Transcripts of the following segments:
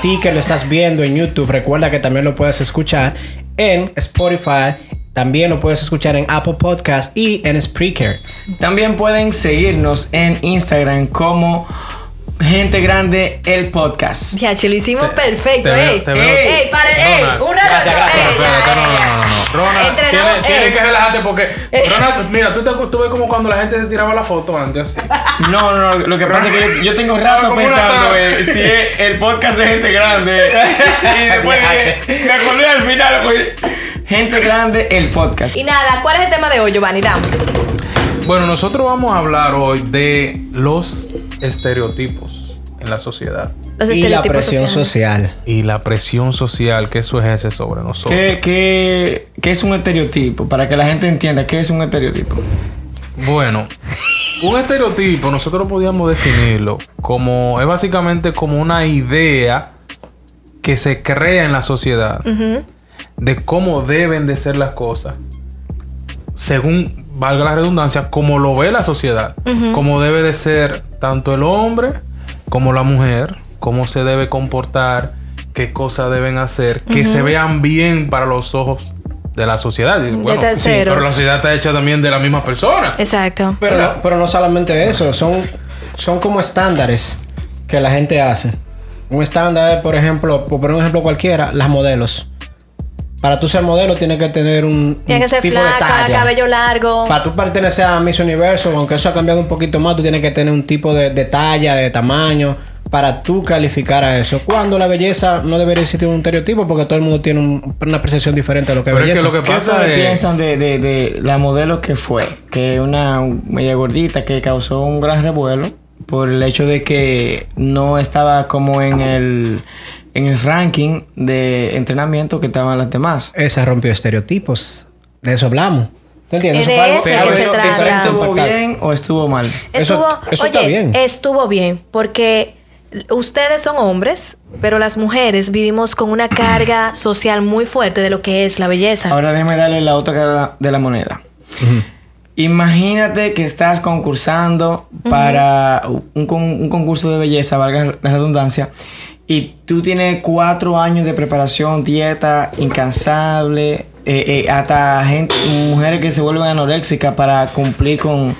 ti que lo estás viendo en YouTube, recuerda que también lo puedes escuchar en Spotify, también lo puedes escuchar en Apple Podcast y en Spreaker. También pueden seguirnos en Instagram como Gente Grande el Podcast. Ya, che, lo hicimos perfecto, te veo- ey. te veo- Ey, para, ey, Ronald. un rato. Gracias, gracias. ey, ya, Espérate, no, ey, no, no, no. Ronald, Entrenó, tienes, eh. tienes que relajarte porque. Ronald, mira, tú te tú ves como cuando la gente se tiraba la foto antes así. No, no, no, lo que pasa es que yo, yo tengo rato Como una pensando tabla. eh, si es el podcast de gente grande. Y después me, me acordé al final, güey. Gente grande, el podcast. Y nada, ¿cuál es el tema de hoy, Giovanni? Dame. Bueno, nosotros vamos a hablar hoy de los estereotipos en la sociedad Los y la estereotipos presión sociales. social. y la presión social que eso ejerce sobre nosotros. ¿Qué, qué, qué es un estereotipo? Para que la gente entienda, ¿qué es un estereotipo? Bueno, un estereotipo nosotros podíamos definirlo como es básicamente como una idea que se crea en la sociedad de cómo deben de ser las cosas. Según valga la redundancia, como lo ve la sociedad, cómo debe de ser tanto el hombre como la mujer, cómo se debe comportar, qué cosas deben hacer, que se vean bien para los ojos de la sociedad. Y, bueno, sí, terceros. pero la sociedad está hecha también de la misma persona. Exacto. Pero, no- pero no solamente eso, son, son como estándares que la gente hace. Un estándar, por ejemplo, por poner un ejemplo cualquiera, las modelos. Para tú ser modelo tienes que tener un, Tiene que un ser tipo de flaca, talla. cabello largo. Para tú pertenecer a Miss Universo, aunque eso ha cambiado un poquito más, tú tienes que tener un tipo de, de talla, de tamaño, para tú calificar a eso. Cuando la belleza no debería existir un estereotipo, porque todo el mundo tiene un- una percepción diferente de lo que es Pero es belleza. que lo que ¿Qué pasa es. ustedes piensan de, de, de la modelo que fue? Que una media gordita que causó un gran revuelo por el hecho de que no estaba como en el, en el ranking de entrenamiento que estaban las demás. Esa rompió estereotipos. De eso hablamos. ¿Te entiendes? Es Eh, de eso que que ha se sido trata. diferente Claro. ¿Estuvo impactante. bien o estuvo mal? Eso- Estuvo, eso oye, está bien. estuvo bien, porque ustedes son hombres, pero las mujeres vivimos con una carga social muy fuerte de lo que es la belleza. Ahora déjame darle la otra cara de la moneda. Imagínate que estás concursando para un, con- un concurso de belleza, valga la redundancia, y tú tienes cuatro años de preparación, dieta incansable, eh, eh, hasta gente, mujeres que se vuelven anoréxicas para cumplir con,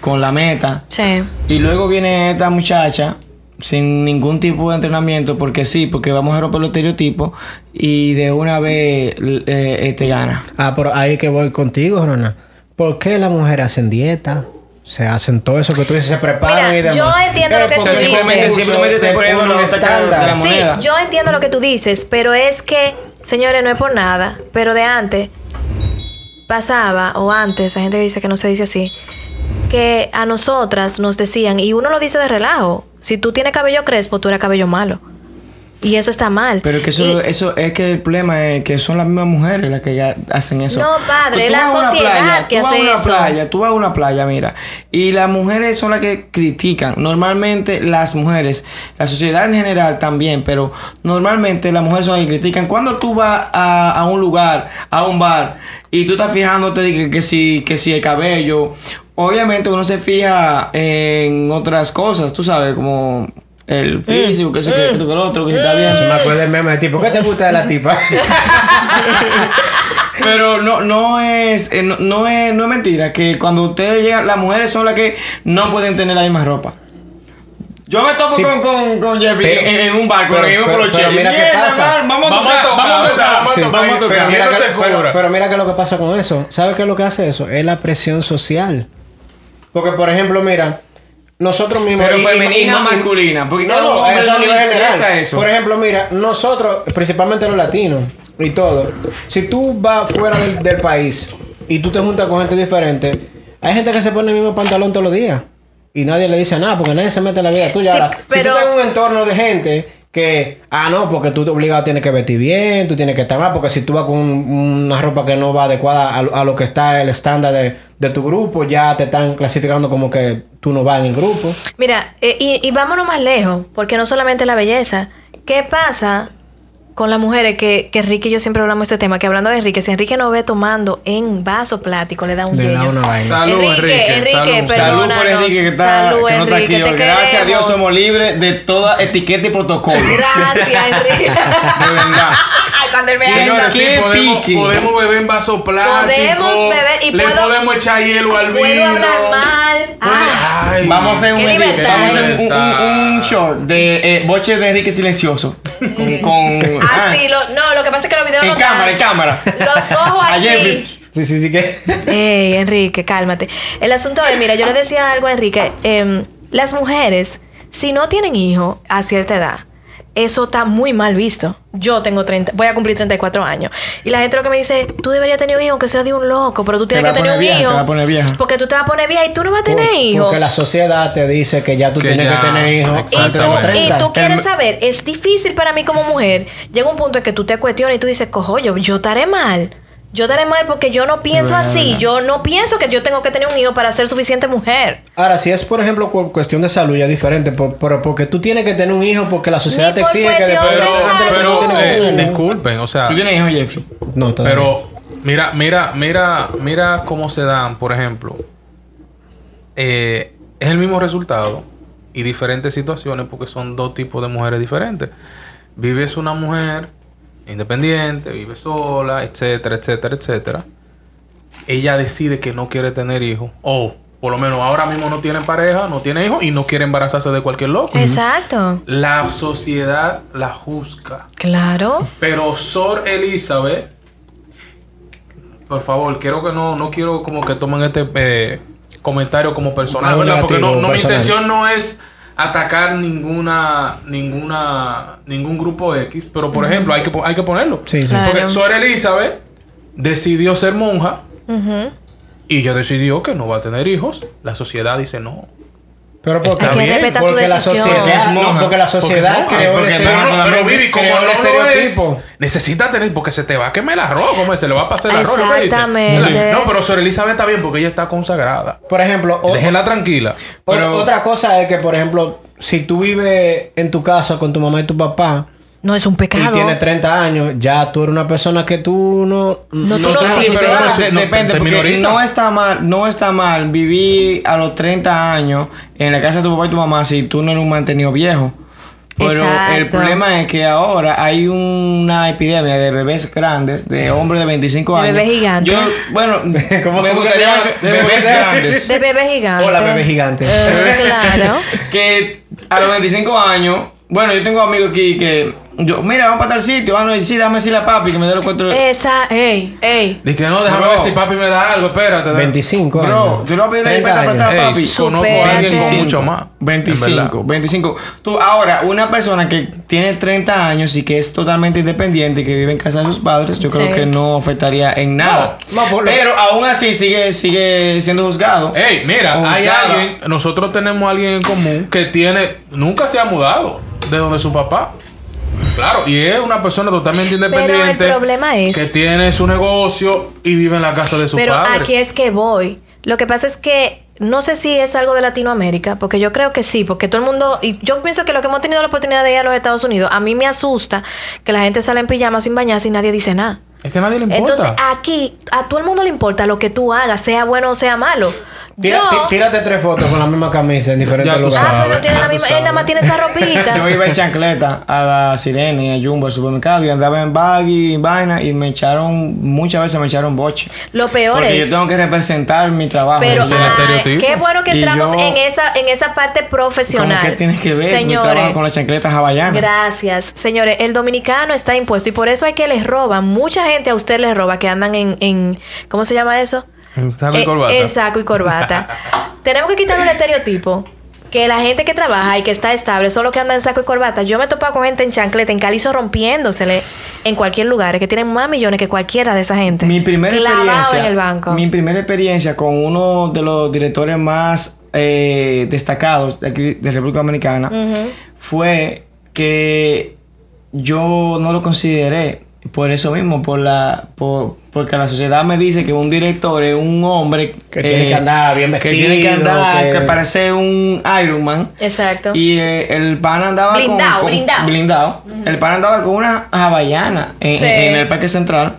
con la meta. sí. Y luego viene esta muchacha sin ningún tipo de entrenamiento, porque sí, porque vamos a romper los estereotipos, y de una vez l- eh, eh, te gana. Ah, pero ahí que voy contigo, Rona. ¿Por qué las mujeres hacen dieta? Se hacen todo eso que tú dices, se preparan Mira, y demás. yo entiendo lo que pues, porque tú es un dices. Simplemente- simplemente estoy de poniendo unos en esa cara de la estándares. mujer. Sí, moneda. yo entiendo lo que tú dices, pero es que, señores, no es por nada, pero de antes pasaba, o antes, hay gente que dice que no se dice así, que a nosotras nos decían, y uno lo dice de relajo, si tú tienes cabello crespo, tú eres cabello malo. Y eso está mal. Pero que eso, Y- eso es que el problema es que son las mismas mujeres las que ya hacen eso. No, padre, Tú es la vas a una sociedad playa, que tú vas hace a una eso. playa, tú vas a una playa, mira, y las mujeres son las que critican. Normalmente las mujeres, la sociedad en general también, pero normalmente las mujeres son las que critican. Cuando tú vas a, a un lugar, a un bar, y tú estás fijándote de que, que si que si el cabello, obviamente uno se fija en otras cosas, tú sabes, como Mm, el físico, que sé qué, que esto, que lo otro, que si está bien, Eso me acuerdo del meme de tipo, ¿qué te gusta de la tipa? Pero no, no es, eh, no, no es, no es mentira que cuando ustedes llegan, las mujeres son las que no pueden tener la misma ropa. Yo me topo Sí. con, con, con Jeffrey Pero- en, en un barco, pero- en el pero- pero mira qué pasa. Vamos a tocar, vamos a tocar, o sea, vamos a vamos a tocar. tocar. mira no que- se pero- cubra. pero mira que lo que pasa con eso. ¿Sabes qué es lo que hace eso? Es la presión social. Porque, por ejemplo, mira, nosotros mismos. Pero y- y- femenina y- o masculina, porque no, cada no, hombre eso a no le nivel interesa general. eso. Por ejemplo, mira, nosotros, principalmente los latinos y todo, si tú vas fuera del, del país y tú te juntas con gente diferente, hay gente que se pone el mismo pantalón todos los días. Y nadie le dice nada, porque nadie se mete en la vida tuya. Sí, Ahora, pero- si tú estás en un entorno de gente que, ah, no, porque tú te obligado tienes que vestir bien, tú tienes que estar mal, porque si tú vas con un- una ropa que no va adecuada a, lo- a lo que está el estándar de, de tu grupo, ya te están clasificando como que tú no vas en el grupo. Mira, eh, y, y vámonos más lejos, porque no solamente la belleza. ¿Qué pasa con las mujeres que, que Enrique y yo siempre hablamos de este tema, que hablando de Enrique, si Enrique no ve tomando en vaso plástico, le da un Le da yello. una vaina. Salud, Enrique, Enrique, salud. Salud perdónanos. por Enrique que, está, Salud, que no está aquí Enrique, hoy. te Gracias a Dios queremos. somos libres de toda etiqueta y protocolo. Gracias, Enrique. De verdad. Ay, cuando él vea Señor, esto. Señores, sí, qué podemos, pique. podemos beber en vaso plástico. Podemos beber y le puedo- podemos echar hielo al puedo vino. hablar mal. Ah. Ay, Vamos a hacer un, Qué libertad. vamos a hacer un, Libertad. un- un short de eh, boche de Enrique Silencioso. Con. con ah, Ah, sí, lo, no, lo que pasa es que los videos En no cámara, dan. en cámara. Los ojos así. Ayer- Sí, sí, sí que. Ey, Enrique, cálmate. El asunto es, mira, yo le decía algo a Enrique. em, las mujeres, si no tienen hijo a cierta edad, eso está muy mal visto. Yo tengo 30, voy a cumplir 34 años. Y la gente lo que me dice, tú deberías tener un hijo, aunque sea de un loco, pero tú Te tienes va que a tener un poner vieja, hijo. te va a poner vieja. Porque tú te vas a poner vieja y tú no vas a tener hijos. Porque la sociedad te dice que ya tú Que tienes ya, que tener hijos exacto. Y tú, antes de los Exactamente. 30. y eh, tú quieres Ten- saber, es difícil para mí como mujer. Llega un punto en que tú te cuestionas y tú dices, cojo, yo, yo estaré mal. Yo estaré mal porque yo no pienso así. Yo no pienso que yo tengo que tener un hijo para ser suficiente mujer. Ahora, si es, por ejemplo, cu- cuestión de salud, ya es diferente. por- Pero porque tú tienes que tener un hijo, porque la sociedad Ni te por exige que cuestión después de Pero, los de 30 tú pero, tienes que eh, tener un hijo. disculpen, o sea, ¿Tú tienes hijo, Jeffrey? No, todavía no. pero mira, mira, mira, mira cómo se dan, por ejemplo. Eh, es el mismo resultado y diferentes situaciones porque son dos tipos de mujeres diferentes. Vives una mujer independiente, vive sola, etcétera, etcétera, etcétera. Ella decide que no quiere tener hijos o por lo menos ahora mismo no tiene pareja, no tiene hijos y no quiere embarazarse de cualquier loco. Exacto. La sociedad la juzga. Claro. Pero Sor Elizabeth, por favor, quiero que no, no quiero como que tomen este eh, comentario como personal, Algo ¿verdad? Ah, Porque no, negativo, no, mi personal. intención no es atacar ninguna, ninguna, ningún grupo X, pero por ejemplo, hay que, po- hay que ponerlo. Sí, sí. Claro. Porque Sor Elizabeth decidió ser monja Ujú. y ella decidió que no va a tener hijos. La sociedad dice no. Pero porque, Hay que respetar su porque la decisión. sociedad, Porque es no, monja. porque la sociedad Porque no, creó porque el es monja estereotipo. Pero, pero solamente Vivi, como creó no el lo es, estereotipo. necesita tener, porque se te va a quemar el arroz, como se le va a pasar el arroz. lo que dice. Exactamente. No, pero sobre Elizabeth está bien, porque ella está consagrada. Por ejemplo, o- Déjenla tranquila. o- Pero- otra cosa es que, por ejemplo, si tú vives en tu casa con tu mamá y tu papá No es un y pecado. tienes 30 años, ya tú eres una persona que tú no... No, tú no te- sirves. pero- Pero no, de- no, depende, te porque minoriza. no está mal, no está mal vivir a los 30 años en la casa de tu papá y tu mamá si tú no eres un mantenido viejo. Pero el Exacto. problema es que ahora hay una epidemia de bebés grandes, de hombres de 25 De años. bebés gigantes. Yo, bueno, ¿Cómo- me cómo que gustaría se llama? de bebés grandes. De bebé gigante. Hola, bebé gigante. Eh, claro. que a los 25 años, bueno, yo tengo amigos aquí que yo, mira, vamos para tal sitio, ah, no, sí, dame decirle a papi que me dé los cuatro. Esa, ey, ey. Dije, no, déjame Bro. ver si papi me da algo, espérate. 25 Bro, años. yo le voy a pedir 30 la libreta años. prestada. Ey, papi. conozco a alguien con 25, mucho más. en verdad. 25, 25. Tú, ahora, una persona que tiene 30 años y que es totalmente independiente y que vive en casa de sus padres, yo creo Sí. que no afectaría en nada. No, no, por lo- Pero aún así sigue, sigue siendo juzgado. Ey, O mira, hay juzgada. alguien, nosotros tenemos a alguien en común que tiene, nunca se ha mudado de donde su papá. Claro, y es una persona totalmente independiente. problema es- que tiene su negocio y vive en la casa de su Pero padre. aquí es que voy. Lo que pasa es que no sé si es algo de Latinoamérica, porque yo creo que sí, porque todo el mundo, y yo pienso que lo que hemos tenido la oportunidad de ir a los Estados Unidos, a mí me asusta que la gente sale en pijama sin bañarse y nadie dice nada. Es que a nadie le importa. Entonces aquí a todo el mundo le importa lo que tú hagas, sea bueno o sea malo. Tira- yo, tí- Tírate tres fotos con la misma camisa en diferentes Ya tú lugares. ah, pero sabes, tiene la tú misma, él nada más tiene esa ropita. Yo iba en chancleta a la Sirena y a Jumbo al supermercado y andaba en baggy, en vaina y me echaron, muchas veces me echaron boche. lo peor Porque es. yo tengo que representar mi trabajo. Pero Ese Entonces, ay, estereotipo. qué bueno que Y entramos yo- en esa en esa parte ¿cómo profesional. que tiene que ver mi Señores, trabajo con las chancletas hawaianas? Gracias. Señores, el dominicano está impuesto y por eso hay que les roban. Mucha gente a usted les roba que andan en. en- ¿Cómo se llama eso? En saco y Eh, corbata. En saco y corbata. Tenemos que quitar el estereotipo. Que la gente que trabaja y que está estable solo que anda en saco y corbata. Yo me he topado con gente en chancleta, en calizo rompiéndosele en cualquier lugar, que tienen más millones que cualquiera de esa gente. Mi primera Este, Clavado experiencia. en el banco. Mi primera experiencia con uno de los directores más eh, destacados de aquí de República Mm. Dominicana fue que yo no lo consideré Por eso mismo, por la, por, porque la sociedad me dice que un director es un hombre eh, Que tiene que andar bien que tiene que vestido, andar, que, que- parece un Iron Man. Exacto. Y eh, el pan andaba Blindado, con, con- blindado. blindado. El pan andaba con una hawaiana en, Sí. en el Parque Central.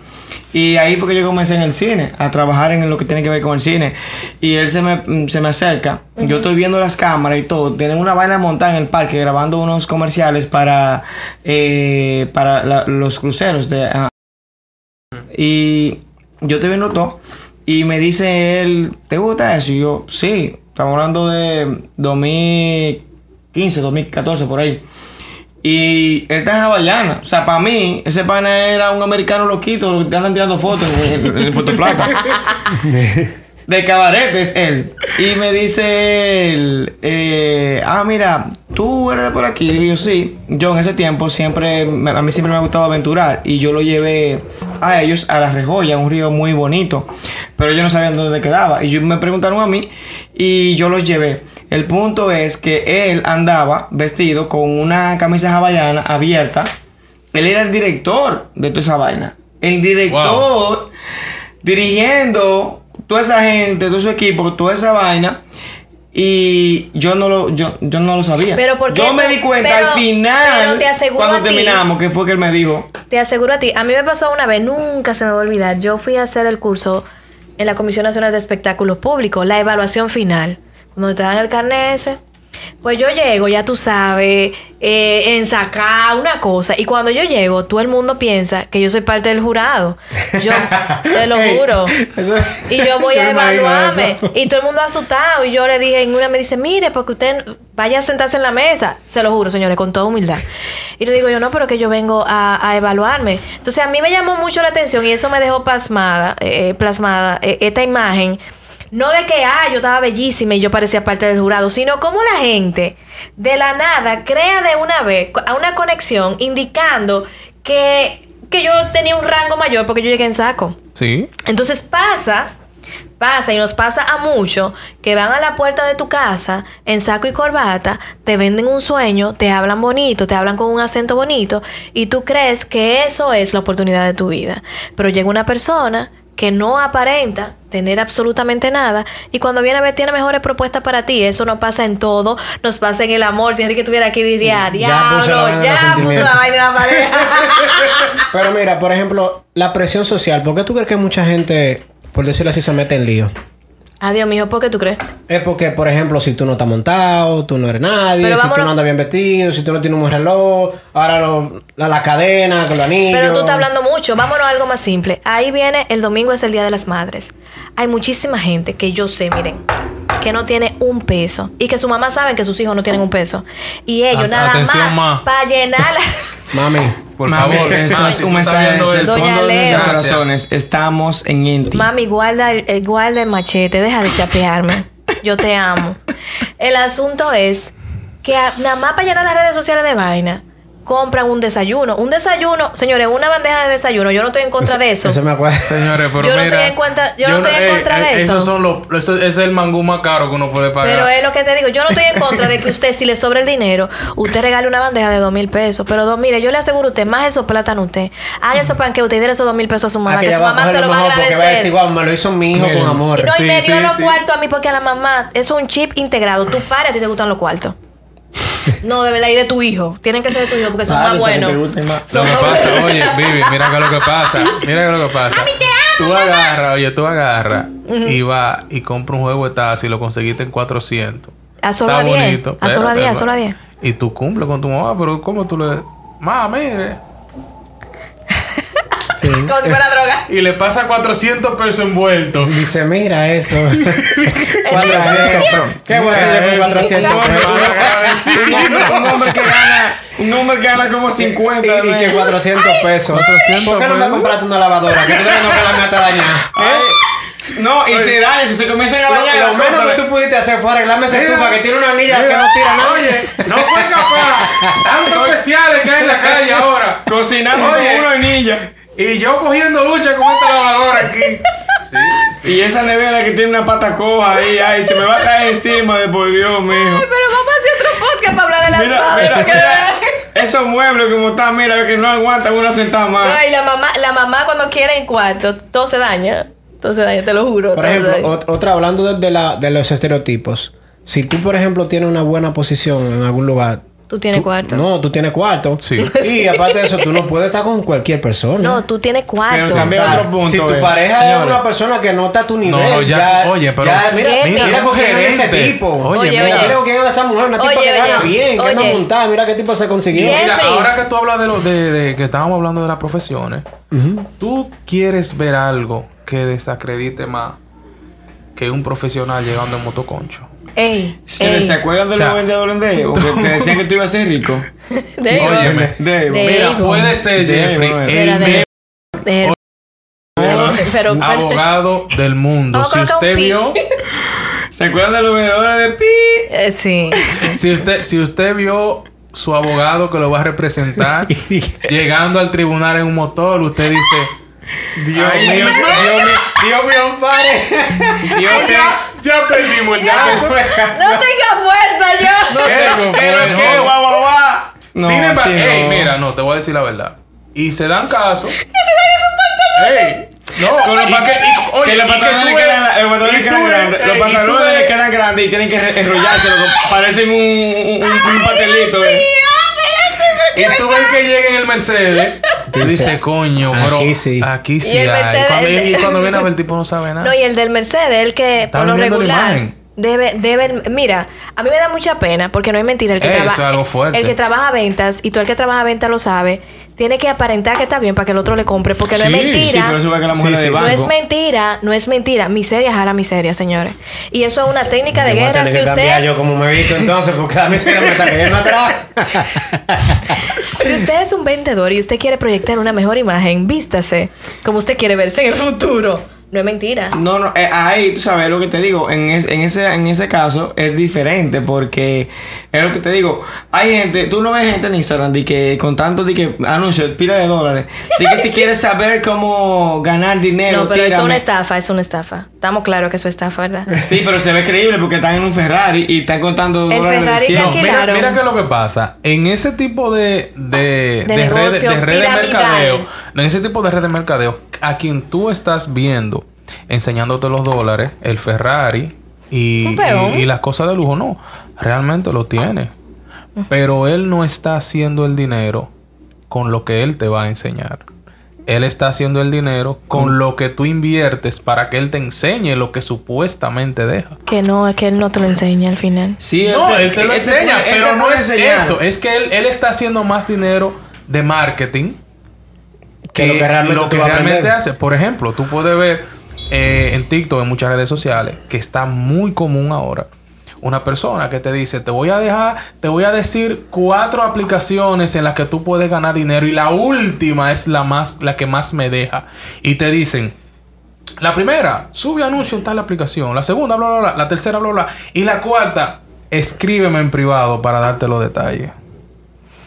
Y ahí fue que yo comencé en el cine, a trabajar en lo que tiene que ver con el cine. Y él se me, mm, se me acerca. Yo estoy viendo las cámaras y todo. Tienen una vaina montada en el parque grabando unos comerciales para, eh, para la- los cruceros de, ah, y yo te viendo todo. Y me dice él, ¿te gusta eso? Y yo, sí. Estamos hablando de 2015, 2014, por ahí. Y él está en Havaiana. O sea, para mí, ese pana era un americano loquito, lo que te andan tirando fotos en, en, en Puerto Plata. De cabaret es él. Y me dice él, eh, ah, mira, tú eres de por aquí. Y yo sí. Yo en ese tiempo siempre, me- a mí siempre me ha gustado aventurar. Y yo lo llevé a ellos a La Rejoya, un río muy bonito. Pero ellos no sabían dónde quedaba. Y yo- me preguntaron a mí y yo los llevé. El punto es que él andaba vestido con una camisa hawaiana abierta. Él era el director de toda esa vaina. El director dirigiendo toda esa gente, todo su equipo, toda esa vaina. Y yo no lo, yo, yo no lo sabía. Pero, ¿por qué yo me tú- di cuenta pero- al final pero te aseguro cuando a ti- terminamos, que fue que él me dijo. Te aseguro a ti, a mí me pasó una vez, nunca se me va a olvidar. Yo fui a hacer el curso en la Comisión Nacional de Espectáculos Públicos, la evaluación final, cuando te dan el carnet ese. Pues yo llego, ya tú sabes, eh, en sacar una cosa. Y cuando yo llego, todo el mundo piensa que yo soy parte del jurado. Yo te lo Ey, juro. eso- Y yo voy a me imagino evaluarme. eso. Y todo el mundo asustado. Y yo le dije, en una me dice, mire, porque usted vaya a sentarse en la mesa. Se lo juro, señores, con toda humildad. Y le digo yo, no, pero que yo vengo a, a evaluarme. Entonces a mí me llamó mucho la atención y eso me dejó plasmada, eh, plasmada eh, esta imagen. No de que, ah, yo estaba bellísima y yo parecía parte del jurado, sino como la gente de la nada crea de una vez co- a una conexión indicando que, que yo tenía un rango mayor porque yo llegué en saco. Sí. Entonces pasa, pasa y nos pasa a muchos que van a la puerta de tu casa en saco y corbata, te venden un sueño, te hablan bonito, te hablan con un acento bonito y tú crees que eso es la oportunidad de tu vida. Pero llega una persona que no aparenta tener absolutamente nada y cuando viene a ver tiene mejores propuestas para ti. Eso no pasa en todo, nos pasa en el amor. Si Enrique estuviera aquí diría, Ya puso la vaina diablo, de los ya puso la sentimientos". vaina de la pareja. Pero mira, por ejemplo, la presión social. ¿Por qué tú crees que mucha gente, por decirlo así, se mete en lío? Adiós, mijo, Ah, ¿por qué tú crees? Es porque, por ejemplo, si tú no estás montado, tú no eres nadie, Pero si tú vámonos- no andas bien vestido, si tú no tienes un buen reloj, ahora lo- la, la cadena con los anillos. Pero tú estás hablando mucho. Vámonos a algo más simple. Ahí viene el domingo es el Día de las Madres. Hay muchísima gente que yo sé, miren, que no tiene un peso y que su mamá saben que sus hijos no tienen un peso. Y ellos A- nada atención, más ma. para llenar Mami, Por Mami, favor. esto Ah, es si un tú estás mensaje viendo desde el esto, Doña fondo de Leo. nuestros corazones. Estamos en Inti. Mami, guarda el, eh, guarda el machete, deja de chapearme. Yo te amo. El asunto es que a- nada más para llenar las redes sociales de vaina, compran un desayuno. Un desayuno, señores, una bandeja de desayuno. Yo no estoy en contra de eso. eso me acuerdo. Señores, pero Yo no mira, eh, estoy en cuenta- yo no estoy en contra de eso. Esos son los, eso- ese es el mangú más caro que uno puede pagar. Pero es lo que te digo, yo no estoy en contra de que usted, si le sobra el dinero, usted regale una bandeja de dos mil pesos. Pero dos, mire, yo le aseguro a usted, más esos plátanos usted, haga esos panqueques, usted y dele esos dos mil pesos a su mamá, que, Aquella su va a mamá coger se lo va a mejor, Porque va a decir, agradecer. "Guau, me lo hizo mi hijo Miren. con amor. Y no, y Sí, me dio sí, los sí. cuartos a mí porque a la mamá es un chip integrado. Tu padre a ti te gustan los cuartos. No, de verdad, y de tu hijo. Tienen que ser de tu hijo porque son más Claro, para que buenos. te gusten más. Lo Son que más pasa, buenos. oye, Vivi, mira que lo que pasa. Mira que lo que pasa. Tú agarras, oye, tú agarras y vas y compras un juego de tazas y lo conseguiste en 400. A solo a Está 10. bonito. A solo a Espérate, 10, a solo a hermano. 10. Y tú cumples con tu mamá, pero ¿cómo tú le... Mamá, mire. Como si fuera droga. Y le pasa 400 pesos envueltos. Dice, mira eso. 400 pesos. ¿Qué voy a hacer yo con 400 Un hombre pesos? Un hombre- un hombre que gana, un hombre que gana como 50. Y, y man. que 400 pesos. 400 ¿Por qué no me pesos? compraste una lavadora? Que tú crees que no me la mata dañar. ¿Eh? No, y se daña, que se comienzan a dañar. Lo, las lo menos cosas. que tú pudiste hacer fue arreglarme esa estufa que tiene una anilla que no tira nada. Oye, no fue capaz. Tantos especiales que hay en la calle ahora. Cocinando con Oye. uno de ninja. Y yo cogiendo lucha con esta lavadora aquí. Sí, sí. Y esa nevera que tiene una pata coja ahí, ay, se me va a caer encima de por Dios mío. Pero vamos a hacer otro podcast para hablar de las Mira, madres. mira, porque de mira. verdad- Esos muebles como están, mira, que no aguantan una sentada más. No, y la mamá, la mamá cuando quiere en cuarto, todo se daña. Todo se daña, te lo juro. todo Por se ejemplo, daña. ot- otra, hablando de, de la, de los estereotipos. Si tú, por ejemplo, tienes una buena posición en algún lugar. tú tienes cuarto. No, No, tú tienes cuarto. Sí. Y aparte de eso, tú no puedes estar con cualquier persona. tú tienes cuarto. Ah. Pero También O sea, otro punto. Si tu es, pareja es señores. una persona que no está a tu nivel. No, no, ya, oye, pero- ya, mira, ¿Qué? mira, mira Mira con quién anda ese gerente. tipo. Oye, Oye, mira, mira. mira con quién anda esa mujer. Una tipa Oye, que gana oye, bien, que anda oye. montada. Mira qué tipo se consiguió. Bien. Mira, Jeffrey. ahora que tú hablas de, lo, de, de que estábamos hablando de las profesiones, tú quieres ver algo que desacredite más que un profesional llegando en motoconcho. Ey, ¿Se, ey. ¿Se acuerdan de O sea, los vendedores de Porque te decían que tú ibas a ser rico. Debo. Óyeme. Debo. De- Mira, Debo. puede ser Debo, Jeffrey eh. Pero el de- de- mejor Pero- pero- abogado del mundo. Vamos a Si colocar usted un pi. vio, ¿Se acuerdan de los vendedores de pi? eh, sí. si usted, si usted vio su abogado que lo va a representar llegando al tribunal en un motor, usted dice, Dios Ay, mío, mi madre. Dios mío, Dios mío, padre. Dios te- ya perdimos el caso. No tenga fuerza yo. Pero- pero qué guau, guau, guau. Sin embargo, ey, mira, mira. no, te voy a decir la verdad. Y se dan caso. Ey, no, Con los y pantalones- y- oye, que los y tú pantalones ves- quedan, los pantalones y tú quedan ves- grandes, ey, los y tú Ah, pantalones ves- quedan grandes y tienen que re- enrollárselo, como- parecen un, un, un- un pastelito. eh. Y tú ves que llega en el Mercedes. Te Dice, dice, coño, bro. aquí sí. Aquí sí. Y el hay". Mercedes- cuando, llega- y cuando viene a ver, el tipo no sabe nada. No, y el del Mercedes, el que Está por lo vendiendo la regular imagen. debe, debe, mira, a mí me da mucha pena porque no es mentira el que Eh, traba- eso es algo fuerte. el que trabaja ventas y tú el que trabaja ventas lo sabe, tiene que aparentar que está bien para que el otro le compre porque no Sí, es sí, mentira. Sí, por eso va que la mujer Sí, sí, de sí. banco. No es mentira, no es mentira. Miseria jala miseria, señores. Y eso es una técnica de Yo voy a guerra. tener Si que cambiar usted, yo como me he visto entonces, porque a mí se me está cayendo atrás. si usted es un vendedor y usted quiere proyectar una mejor imagen, vístase como usted quiere verse en el futuro. No es mentira. No, no, eh, ahí tú sabes lo que te digo. En, es- en, ese, en ese caso es diferente porque es lo que te digo. Hay gente, tú no ves gente en Instagram de que con tanto de que anuncios, pila de dólares. De que si quieres saber cómo ganar dinero, No, pero eso es una tírame. estafa, es una estafa. Estamos claros que eso es estafa, ¿verdad? Sí, pero se ve creíble porque están en un Ferrari y están contando El dólares. de Ferrari cien. que No, mira, alquilaron. mira qué es lo que pasa. En ese tipo de, de, De de redes negocio de redes de piramidal. mercadeo, en ese tipo de redes de mercadeo, a quien tú estás viendo enseñándote los dólares, el Ferrari y, Un peón. y- y las cosas de lujo, no, realmente lo tiene. Pero él no está haciendo el dinero con lo que él te va a enseñar. Él está haciendo el dinero Mm. con lo que tú inviertes para que él te enseñe lo que supuestamente deja. Que no, es que él no te lo enseña al final. Sí, No, él te lo él enseña, puede- él pero te no puede es enseñar. eso. Es que él, él está haciendo más dinero de marketing Que lo que realmente Eh, lo tú vas a realmente aprender. hace. Por ejemplo, tú puedes ver eh, en TikTok, en muchas redes sociales, que está muy común ahora. Una persona que te dice, te voy a dejar, te voy a decir cuatro aplicaciones en las que tú puedes ganar dinero y la última es la más, la que más me deja. Y te dicen, la primera, sube anuncio en tal aplicación. La segunda, bla, bla, bla. La tercera, bla, bla. Y la cuarta, escríbeme en privado para darte los detalles.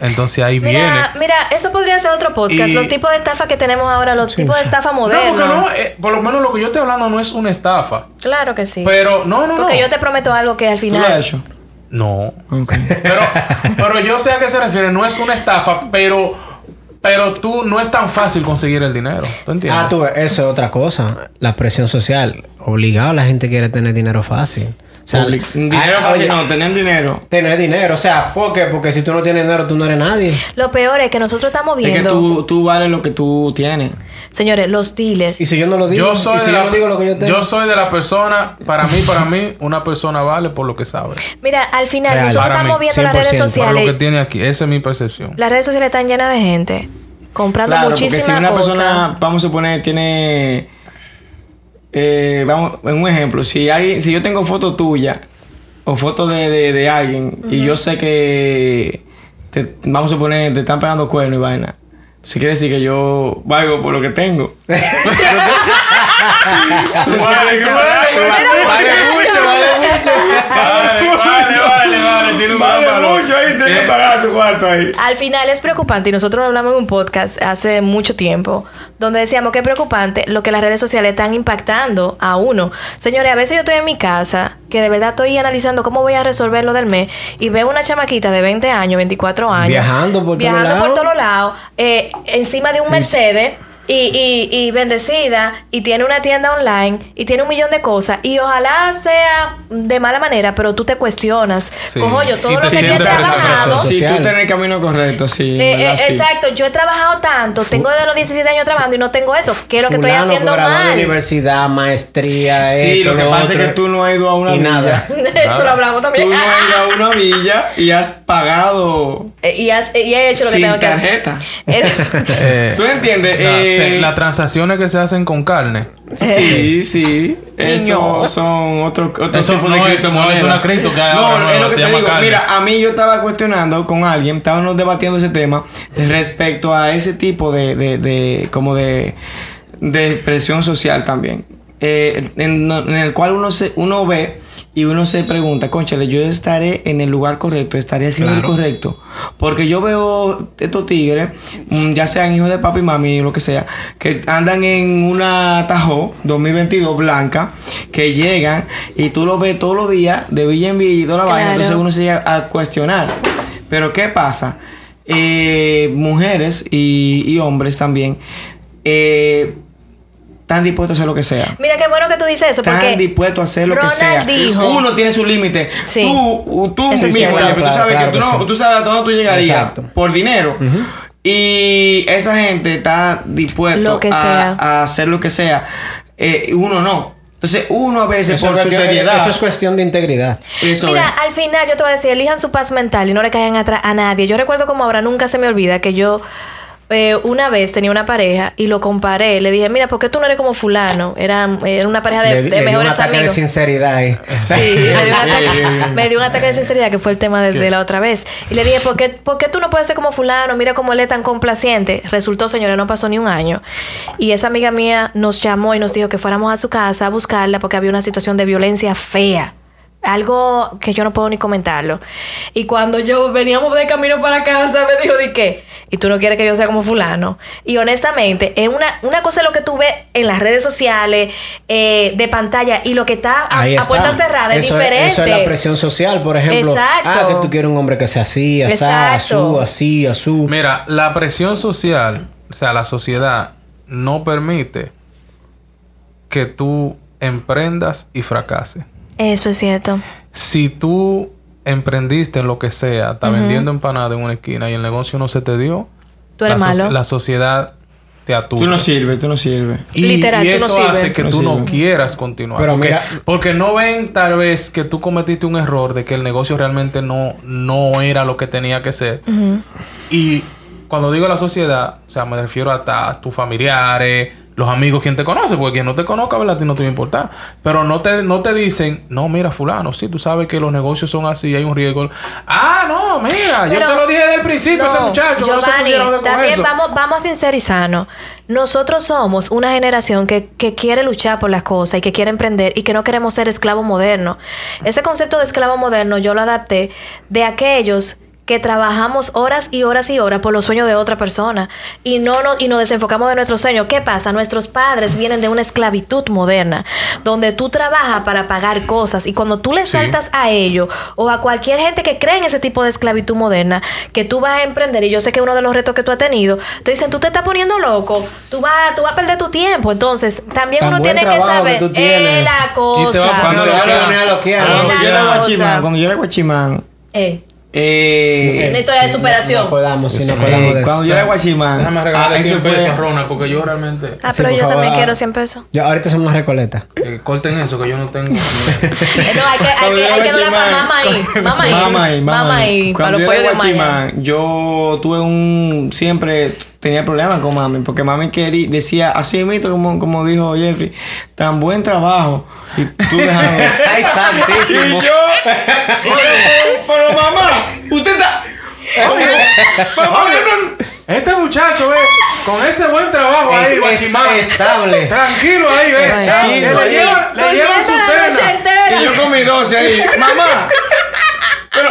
Entonces ahí viene. Mira, mira, eso podría ser otro podcast. Y- Los tipos de estafa que tenemos ahora, los tipos de estafa No, porque modernos. no, eh, por lo menos lo que yo estoy hablando no es una estafa. Claro que sí. Pero, no, no, Porque no. yo te prometo algo que al ¿Tú lo has final. hecho? No. Ok. Pero, pero yo sé a qué se refiere. No es una estafa, pero, pero tú no es tan fácil conseguir el dinero. ¿Tú entiendes? Ah, tú ves, eso es otra cosa. La presión social. Obligado, la gente quiere tener dinero fácil. O sea, Public- ah, Dinero oye, fácil. No, tenían dinero. Tener dinero, o sea, ¿por qué? Porque si tú no tienes dinero, tú no eres nadie. Lo peor es que nosotros estamos Es que viendo, tú, tú vales lo que tú tienes. señores, los dealers. Y si yo no lo digo, Yo soy, y si de yo la, no digo lo que yo tengo. yo soy de la persona, para mí, para mí, una persona vale por lo que sabe. Mira, al final Real. nosotros Para estamos mí, viendo las redes 100%, Por lo que sociales. tiene aquí. Esa es mi percepción. Las redes sociales están llenas de gente comprando Claro, porque muchísimas si una cosas. persona, vamos a suponer, tiene. eh, vamos, en un ejemplo, si alguien, si yo tengo foto tuya o foto de, de- de alguien y yo sé que. te- vamos a suponer, te están pegando cuerno y vaina. Si quiere decir que yo valgo por lo que tengo. Vale Vale, vale, mucho, vale mucho. vale, vale, vale, vale. tiene un Vale gran valor. mucho ahí, tienes que Eh, pagar tu cuarto ahí. Al final es preocupante y nosotros lo hablamos en un podcast hace mucho tiempo donde decíamos que es preocupante lo que las redes sociales están impactando a uno. Señores, a veces yo estoy en mi casa que de verdad estoy analizando cómo voy a resolver lo del mes y veo una chamaquita de 20 años, 24 años. Viajando por todos viajando lados. por todos lados, eh, encima de un Mercedes. Y, y, y bendecida, y tiene una tienda online, y tiene un millón de cosas, y ojalá sea de mala manera, pero tú te cuestionas. Sí. Cojo yo, todo Y lo te que yo he sientes presionado. trabajado, Social. Si tú estás en el camino correcto, sí. eh, en verdad, eh, sí. Exacto, yo he trabajado tanto, tengo desde los 17 años trabajando y no tengo eso. ¿Qué es lo que estoy Fulano haciendo graduado de mal? universidad, maestría, Sí, esto, lo que pasa otro. es que tú no has ido a una Y villa. nada. eso lo hablamos Tú también. no has ido a una villa y has pagado Eh, y, has- y he hecho lo que sin tengo que hacer. tarjeta. Eh, Eh, ¿Tú entiendes? la- se- Eh, las transacciones que se hacen con carne. Sí, sí. Niño. Eso son otro, otro Eso tipo no de es- criptomonedas. no es una cripto que haga No, ahora es nueva, lo que se te llama digo. carne. Mira, a mí yo estaba cuestionando con alguien, estábamos debatiendo ese tema respecto a ese tipo de, de, de- como de, de presión social también. Eh, en, en el cual uno se, uno ve y uno se pregunta, conchale, yo estaré en el lugar correcto, estaré haciendo el correcto. Porque yo veo estos tigres, mm, ya sean hijos de papi y mami, lo que sea, que andan en una Tajo 2022 blanca, que llegan y tú los ves todos los días de villa en villa y toda la vaina. Claro. Entonces uno se llega a cuestionar. Pero ¿qué pasa? Eh, mujeres y, y hombres también eh, están dispuestos a hacer lo que sea mira, qué bueno que tú dices eso, porque están dispuestos a hacer lo que Ronald sea. dijo- Uno tiene su límite. Sí. Tú, tú Eso es mismo, cierto. oye, pero tú Claro, sabes claro que tú, que no- sí. tú sabes a dónde tú llegarías Exacto. por dinero. Y esa gente está dispuesta Lo que a, sea. a hacer lo que sea. Eh, uno no. Entonces, uno a veces Eso por es su que- seriedad. eso es cuestión de integridad. eso Mira, es. al final yo te voy a decir, elijan su paz mental y no le caigan atrás a nadie. Yo recuerdo como ahora nunca se me olvida que yo eh, una vez tenía una pareja y lo comparé. Le dije, mira, ¿por qué tú no eres como fulano? Era, era una pareja de, de Le- le dio un mejores ataque de amigos. sinceridad ahí. Sí, me dio, un ataque, me dio un ataque de sinceridad que fue el tema desde la otra vez. Y le dije, ¿por qué, por qué tú no puedes ser como fulano? Mira cómo él es tan complaciente. Resultó, señora, no pasó ni un año. Y esa amiga mía nos llamó y nos dijo que fuéramos a su casa a buscarla porque había una situación de violencia fea. Algo que yo no puedo ni comentarlo. Y cuando yo veníamos de camino para casa, me dijo, ¿de qué? Y tú no quieres que yo sea como fulano. Y honestamente, es una, una cosa es lo que tú ves en las redes sociales, eh, de pantalla, y lo que está a, Ahí a está. puerta cerrada, es Eso diferente. Eso es la presión social, por ejemplo. Exacto. Ah, que tú quieres un hombre que sea así, así, Exacto. asú, así, asú. Mira, la presión social, o sea, la sociedad, no permite que tú emprendas y fracases. Eso es cierto. Si tú emprendiste en lo que sea, estás vendiendo empanada en una esquina y el negocio no se te dio, Tú eres la, so- malo. la sociedad te aturde. Tú no sirves, tú no sirves. Y, Literal, y tú no eso sirves. hace que No tú no sirves. quieras continuar. Pero porque, mira- porque no ven tal vez que tú cometiste un error de que el negocio realmente no, no era lo que tenía que ser. Y cuando digo la sociedad, o sea, me refiero hasta a tus familiares, los amigos, quien te conoce, porque quien no te conozca, ¿verdad? A ti no te va a importar. Pero no te, no te dicen, no, mira, fulano, sí, tú sabes que los negocios son así, hay un riesgo. Ah, no, mira, yo Pero- se lo dije desde el principio a ese No, muchacho, que no se Giovanni, pudiera joder con también eso. vamos, vamos a ser sinceros y sanos. Nosotros somos una generación que, que quiere luchar por las cosas y que quiere emprender y que no queremos ser esclavo moderno. Ese concepto de esclavo moderno yo lo adapté de aquellos que trabajamos horas y horas y horas por los sueños de otra persona y no nos, y nos desenfocamos de nuestros sueños. ¿Qué pasa? Nuestros padres vienen de una esclavitud moderna, donde tú trabajas para pagar cosas y cuando tú le Sí. saltas a ello o a cualquier gente que cree en ese tipo de esclavitud moderna, que tú vas a emprender, y yo sé que uno de los retos que tú has tenido, te dicen, tú te estás poniendo loco, tú vas, tú vas a perder tu tiempo. Entonces, también Tan uno buen tiene que trabajo que saber tú tienes. eh, la Y te va a cosa. poner- cuando Mira, ya mira. lo mira, lo quiero. Ah, Cuando yo era cosa. guachimán, cuando yo era guachimán, Eh, eh, una historia de superación. No podamos, si no eh, podamos de cuando eso. yo era guachimán, Déjame ah, regalarle eso 100 fue- pesos a Ronald, porque yo realmente... Ah, Sí, pero por yo favor, también ah. quiero 100 pesos. Ya, ahorita somos una recoleta. Eh, corten eso, que yo no tengo... Eh, no, hay que, hay Cuando que, yo hay era que durar para guachimán, mamá ahí. Mamá ahí. Mamá ahí, mamá ahí. Para Cuando los yo pollos era de Maya. guachimán, yo tuve un... Siempre tenía problemas con mami. Porque mami quería, decía, así mito como, como dijo Jeffrey, tan buen trabajo. Y tú dejando... ¡Ay, santísimo! pero, pero mamá, usted está... Este muchacho, ve, con ese buen trabajo ahí, Es- guachimán. es- estable. Tranquilo eh. ahí, ve. Tranquilo. Que Le llevan, le llevan su Durmiendo la noche cena. entera. Y yo con mi 12 ahí. Mamá. Pero,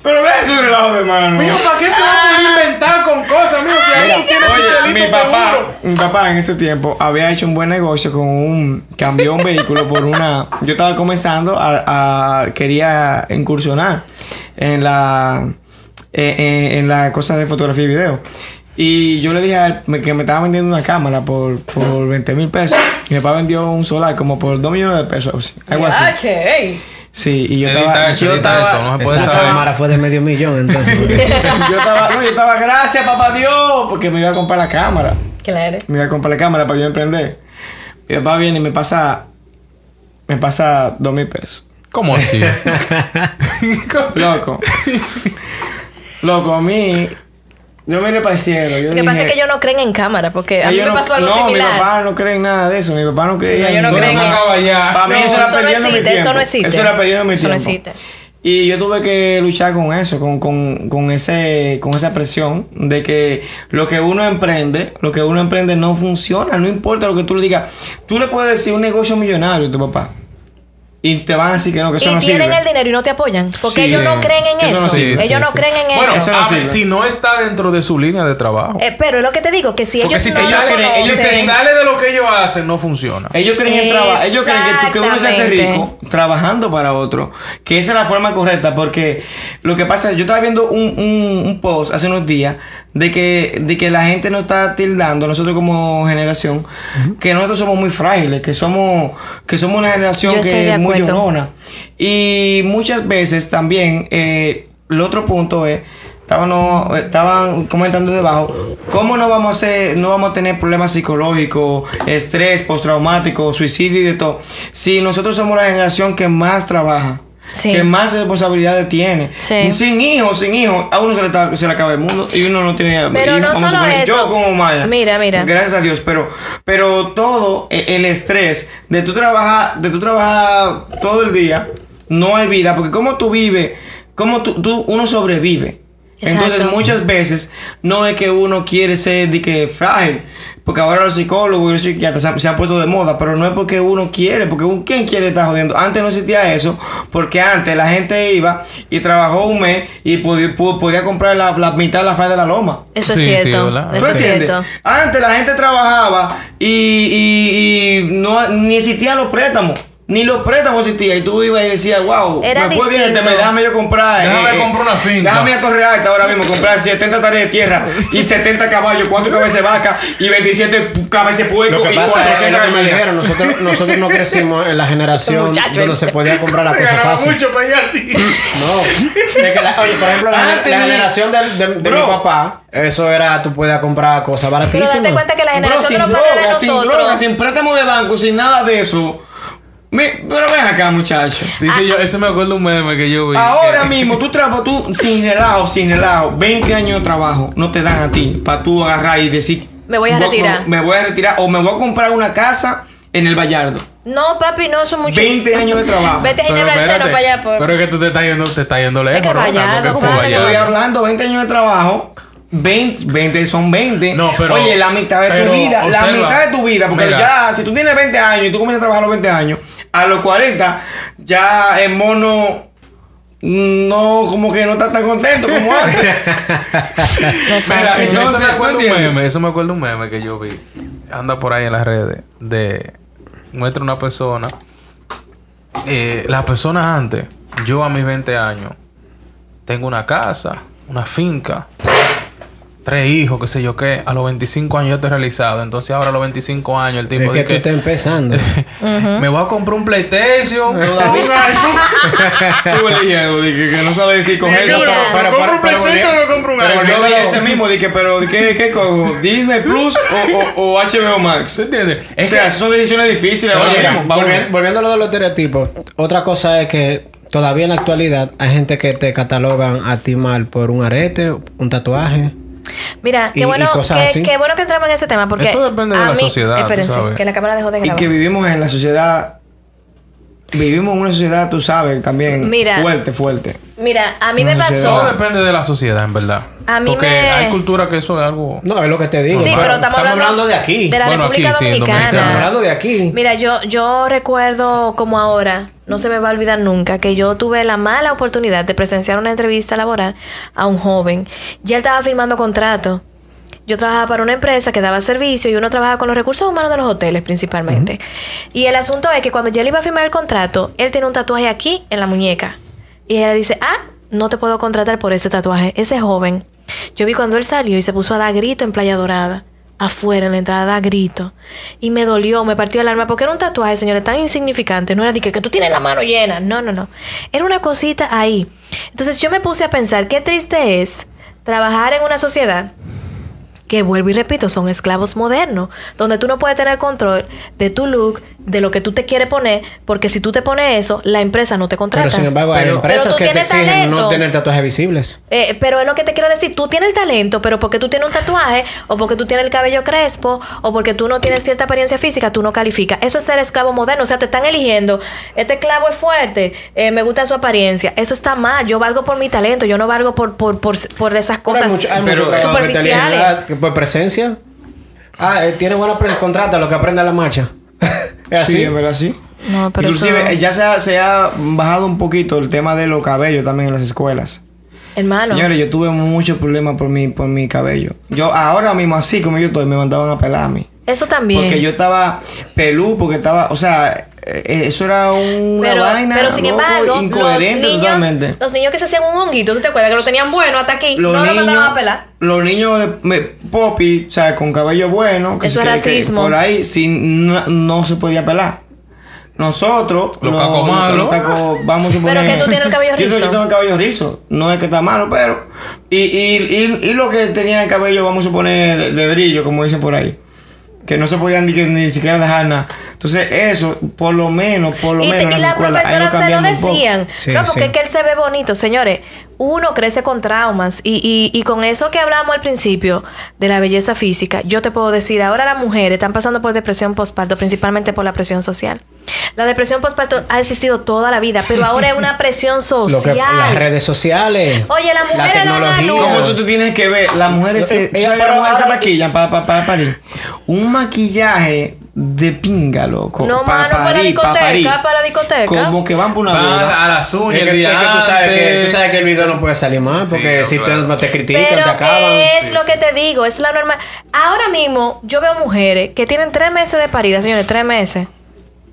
Pero ve eso relajo de mano. Mijo, ¿para qué te vas a Ah. poner a inventar con cosas, mijo? Si ahí Mira, tú tienes Oye, tu mi chelito papá, seguro. mi papá en ese tiempo había hecho un buen negocio con un. Cambió un vehículo por una. Yo estaba comenzando a. a- quería incursionar en la. eh, eh, en, la cosa de fotografía y video. Y yo le dije a él me- que me estaba vendiendo una cámara por, por 20 mil pesos. Mi papá vendió un solar como por 2 millones de pesos. Algo así. Ah, che, ey. Sí, y yo Edita estaba. eso, yo edita estaba- eso, no se puede Esa saber. cámara fue de medio millón, entonces. yo estaba, no, yo estaba, gracias papá Dios, porque me iba a comprar la cámara. Claro. Me iba a comprar la cámara para yo emprender. Mi papá viene y me pasa, me pasa dos mil pesos. ¿Cómo así? ¿Cómo? Loco. Loco, a mí, yo miré para el cielo. Yo Lo que pasa dije, es que ellos no creen en cámara, porque a mí ellos me no- pasó algo no, similar. mi papá no cree en nada de eso. Mi papá no cree No, en yo no Pero creo eso que- acaba ya. Para mí No, eso eso era no perdiendo mi existe, tiempo. eso no existe. Eso era perdiendo mi Eso no tiempo. existe. Y yo tuve que luchar con eso, con, con, con ese, con esa presión de que lo que uno emprende, lo que uno emprende no funciona, no importa lo que tú le digas. Tú le puedes decir un negocio millonario a tu papá y te van a decir que no, que eso y no sirve. tienen el dinero y no te apoyan. Porque Sí. ellos no creen en Eso eso. no sirve, ellos sí, no sí. creen en Bueno, eso. eso no a ver, sirve. si no está dentro de su línea de trabajo. Eh, pero es lo que te digo, que si Porque ellos si no se, lo sale, creen, si ellos se creen. sale de lo que ellos hacen, no funciona. Ellos creen en trabajo. Ellos creen que, tú- que uno se hace rico Exactamente. trabajando para otro. Que esa es la forma correcta. Porque lo que pasa, yo estaba viendo un, un- un post hace unos días de que, de que la gente nos está tildando, nosotros como generación, que nosotros somos muy frágiles, que somos, que somos una generación Yo estoy que de es muy acuerdo. llorona. Y muchas veces también, eh, el otro punto es. Estaban, estaban comentando debajo cómo no vamos a ser- no vamos a tener problemas psicológicos, estrés postraumático, suicidio y de todo. Si nosotros somos la generación que más trabaja, Sí. que más responsabilidades tiene, Sí. sin hijos, sin hijos, a uno se le, está- se le acaba el mundo y uno no tiene Pero hijos, no vamos a solo suponer. Yo eso. como Maya. Mira, mira. Gracias a Dios, pero pero todo eh, el estrés de tu trabajar, de tu trabajar todo el día, no hay vida, porque cómo tú vives, cómo tú, tú- uno sobrevive. Entonces Exacto. muchas veces no es que uno quiere ser de que frágil, porque ahora los psicólogos y los psiquiatras se han, se han puesto de moda, pero no es porque uno quiere, porque un- ¿quién quiere estar jodiendo? Antes no existía eso, porque antes la gente iba y trabajó un mes y podía, pu- podía comprar la, la mitad de la faz de la loma. Eso es Sí, sí, cierto. ¿verdad? ¿Tú eso es entiendes? cierto. Antes la gente trabajaba y, y- y no, ni existían los préstamos. Ni los préstamos existían. Y tú ibas y decías, wow, Era me fue bien este distinto. mes, déjame yo comprar. eh, Déjame comprar una finca. Déjame a Torrealta ahora mismo comprar 70 tareas de tierra y 70 caballos, 4 cabezas de vaca y 27 pu- cabezas de puerco Lo que y pasa es que lo 400 que me gallinas. dijeron, nosotros, nosotros no crecimos en la generación Muchacho, donde eh. se podía comprar la Se cosa ganaba fácil. mucho para allá, sí. No. De que la- oye, por ejemplo, la, la Antes ni- generación del- de, de mi Bro. papá, eso era, tú podías comprar cosas Pero baratísimas. date cuenta que la Bro, generación sin de los padres de droga, sin nosotros. droga, sin préstamo de banco, sin nada de eso. Mi- pero ven acá, muchachos. Sí, sí, yo, eso me acuerdo un meme que yo vi. Ahora que- mismo, tú trabajas, tú sin relajo, sin relajo, 20 años de trabajo no te dan a ti para tú agarrar y decir. Me voy a "Voy- retirar". Me, voy a retirar o me voy a comprar una casa en el Vallardo. No, papi, no, eso es mucho. 20 años de trabajo. Vete a Ginebra al seno espérate, para allá. Por... Pero es que tú te estás yendo, te estás yendo lejos. que Ronald, Vallardo, porque ¿cómo fue vas a Vallardo. Estoy hablando 20 años de trabajo. 20, 20 son 20. No, pero- Oye, la mitad de pero tu vida. la observa. mitad de tu vida. Porque Mira. ya, si tú tienes 20 años y tú comienzas a trabajar a los 20 años, a los 40, ya el mono no, como que no está tan contento como antes. Mira, yo- fácil. eso, Entonces, me ¿tú acuerdo un entiendes? meme, eso me acuerdo un meme que yo vi. Anda por ahí en las redes. De. Muestra una persona. eh, las personas antes, yo a mis 20 años, tengo una casa, una finca, tres hijos, qué sé yo qué. A los 25 años yo estoy realizado. Entonces ahora a los 25 años el tipo Es que dice tú estás empezando. me voy a comprar un PlayStation, un Estuve leyendo, dije que no sabe decir coger. Mira. no sabe- Pero- pero- pero volviendo- Pero Pero yo yo vi veo- ese mismo, dije, pero ¿qué, qué cojo? ¿Disney Plus o, o- o HBO Max? ¿eh? ¿Se entiende? O Es sea, que son decisiones difíciles. Pero ahora oye, llegamos, vamos. volvi- volviendo a lo de los estereotipos, otra cosa es que todavía en la actualidad hay gente que te catalogan a ti mal por un arete, un tatuaje. Mira, Y- y qué bueno, cosas así. que, qué bueno que entramos en ese tema. Porque Eso depende de a la mí- sociedad, tú Espérense, sabes. que la cámara dejó de Y grabar. que vivimos en la sociedad. Vivimos en una sociedad, tú sabes, también. Mira. Fuerte, fuerte. Mira, a mí me No sé si pasó. Todo depende de la sociedad, en verdad. A mí Porque me- hay cultura que eso es algo. No, es lo que te digo. Sí, hermano. pero estamos, hablando de aquí. De la Bueno, República aquí sí, en Dominicana. Estamos hablando de aquí. Mira, yo, yo recuerdo como ahora, no se me va a olvidar nunca, que yo tuve la mala oportunidad de presenciar una entrevista laboral a un joven. Ya él estaba firmando contrato. Yo trabajaba para una empresa que daba servicio y uno trabajaba con los recursos humanos de los hoteles principalmente. Y el asunto es que cuando ya él iba a firmar el contrato, él tiene un tatuaje aquí en la muñeca. Y ella dice, ah, no te puedo contratar por ese tatuaje. Ese joven, yo vi cuando él salió y se puso a dar grito en Playa Dorada afuera en la entrada a grito y me dolió, me partió el alma porque era un tatuaje, señores, tan insignificante, no era de que, que tú tienes la mano llena, no, no, no, era una cosita ahí. Entonces yo me puse a pensar qué triste es trabajar en una sociedad que vuelvo y repito, son esclavos modernos, donde tú no puedes tener control de tu look, de lo que tú te quieres poner, porque si tú te pones eso, la empresa no te contrata. Pero sin embargo, hay Pero- Pero empresas tú que te tienes exigen no talento. tener tatuajes visibles. Eh, pero es lo que te quiero decir, tú tienes el talento, pero porque tú tienes un tatuaje, o porque tú tienes el cabello crespo, o porque tú no tienes cierta apariencia física, tú no calificas. Eso es ser esclavo moderno, o sea, te están eligiendo, este esclavo es fuerte, eh, me gusta su apariencia, eso está mal, yo valgo por mi talento, yo no valgo por, por, por, por esas Hay cosas mucho- hay mucho pero- trabajo que te superficiales. eligen, ¿verdad? Por presencia. Ah, eh, tiene buena pre contrata lo que aprende a la marcha. es así. Sí, en verdad, sí. No, pero Inclusive eso- eh, ya se ha, se ha bajado un poquito el tema de los cabellos también en las escuelas. hermano. Señores, yo tuve muchos problemas por mi, por mi cabello. Yo ahora mismo, así como yo estoy, me mandaban a pelar a mí. Eso también. Porque yo estaba pelú, porque estaba, o sea, eh, eh, eso era un- una pero, vaina pero sin loco, embargo, los incoherente niños, totalmente. los niños que se hacían un honguito, ¿tú te acuerdas que lo tenían bueno hasta aquí? no lo mandaban a pelar. Los niños de me- Poppy, o sea, con cabello bueno, que, Eso sí, es que- que racismo. por ahí sin, no, no se podía pelar. Nosotros, Los cacos malos. los cacos, vamos a Pero suponer. que tú tienes el cabello Yo tengo- rizo. Yo tengo el cabello rizo. No es que está malo, pero. Y, y, y, y lo que tenía el cabello, vamos a suponer, de, de brillo, como dicen por ahí. Que no se podían ni, que- ni siquiera dejar nada. Entonces, eso, por lo menos, por lo Y, te- menos. en y las las escuelas, ha ido profesoras se lo cambiando un poco. decían. Sí, no, porque sí. es que él se ve bonito. Señores, uno crece con traumas. Y, y- y con eso que hablamos al principio de la belleza física, yo te puedo decir, ahora las mujeres están pasando por depresión postparto, principalmente por la presión social. La depresión postparto ha existido toda la vida, pero ahora es una presión Lo que, social. las redes sociales. Oye, las la mujeres dan a tecnología. luz. Como tú, tú tienes que ver, las mujeres se, Eh, tú eh, sabes que pero las mujeres se ahora- maquillan para pa, pa- parir. Un maquillaje de pinga, loco. No, pa- mano, para la discoteca, para la discoteca. Como que van por una boda. Va a las uñas Es que, el día es que tú, sabes que, antes. tú sabes que el video no puede salir más Sí, porque no, si claro. te, te critican, Pero te acaban. que es Sí, lo sí. que te digo, es la norma. Ahora mismo yo veo mujeres que tienen tres meses de parida, señores, tres meses.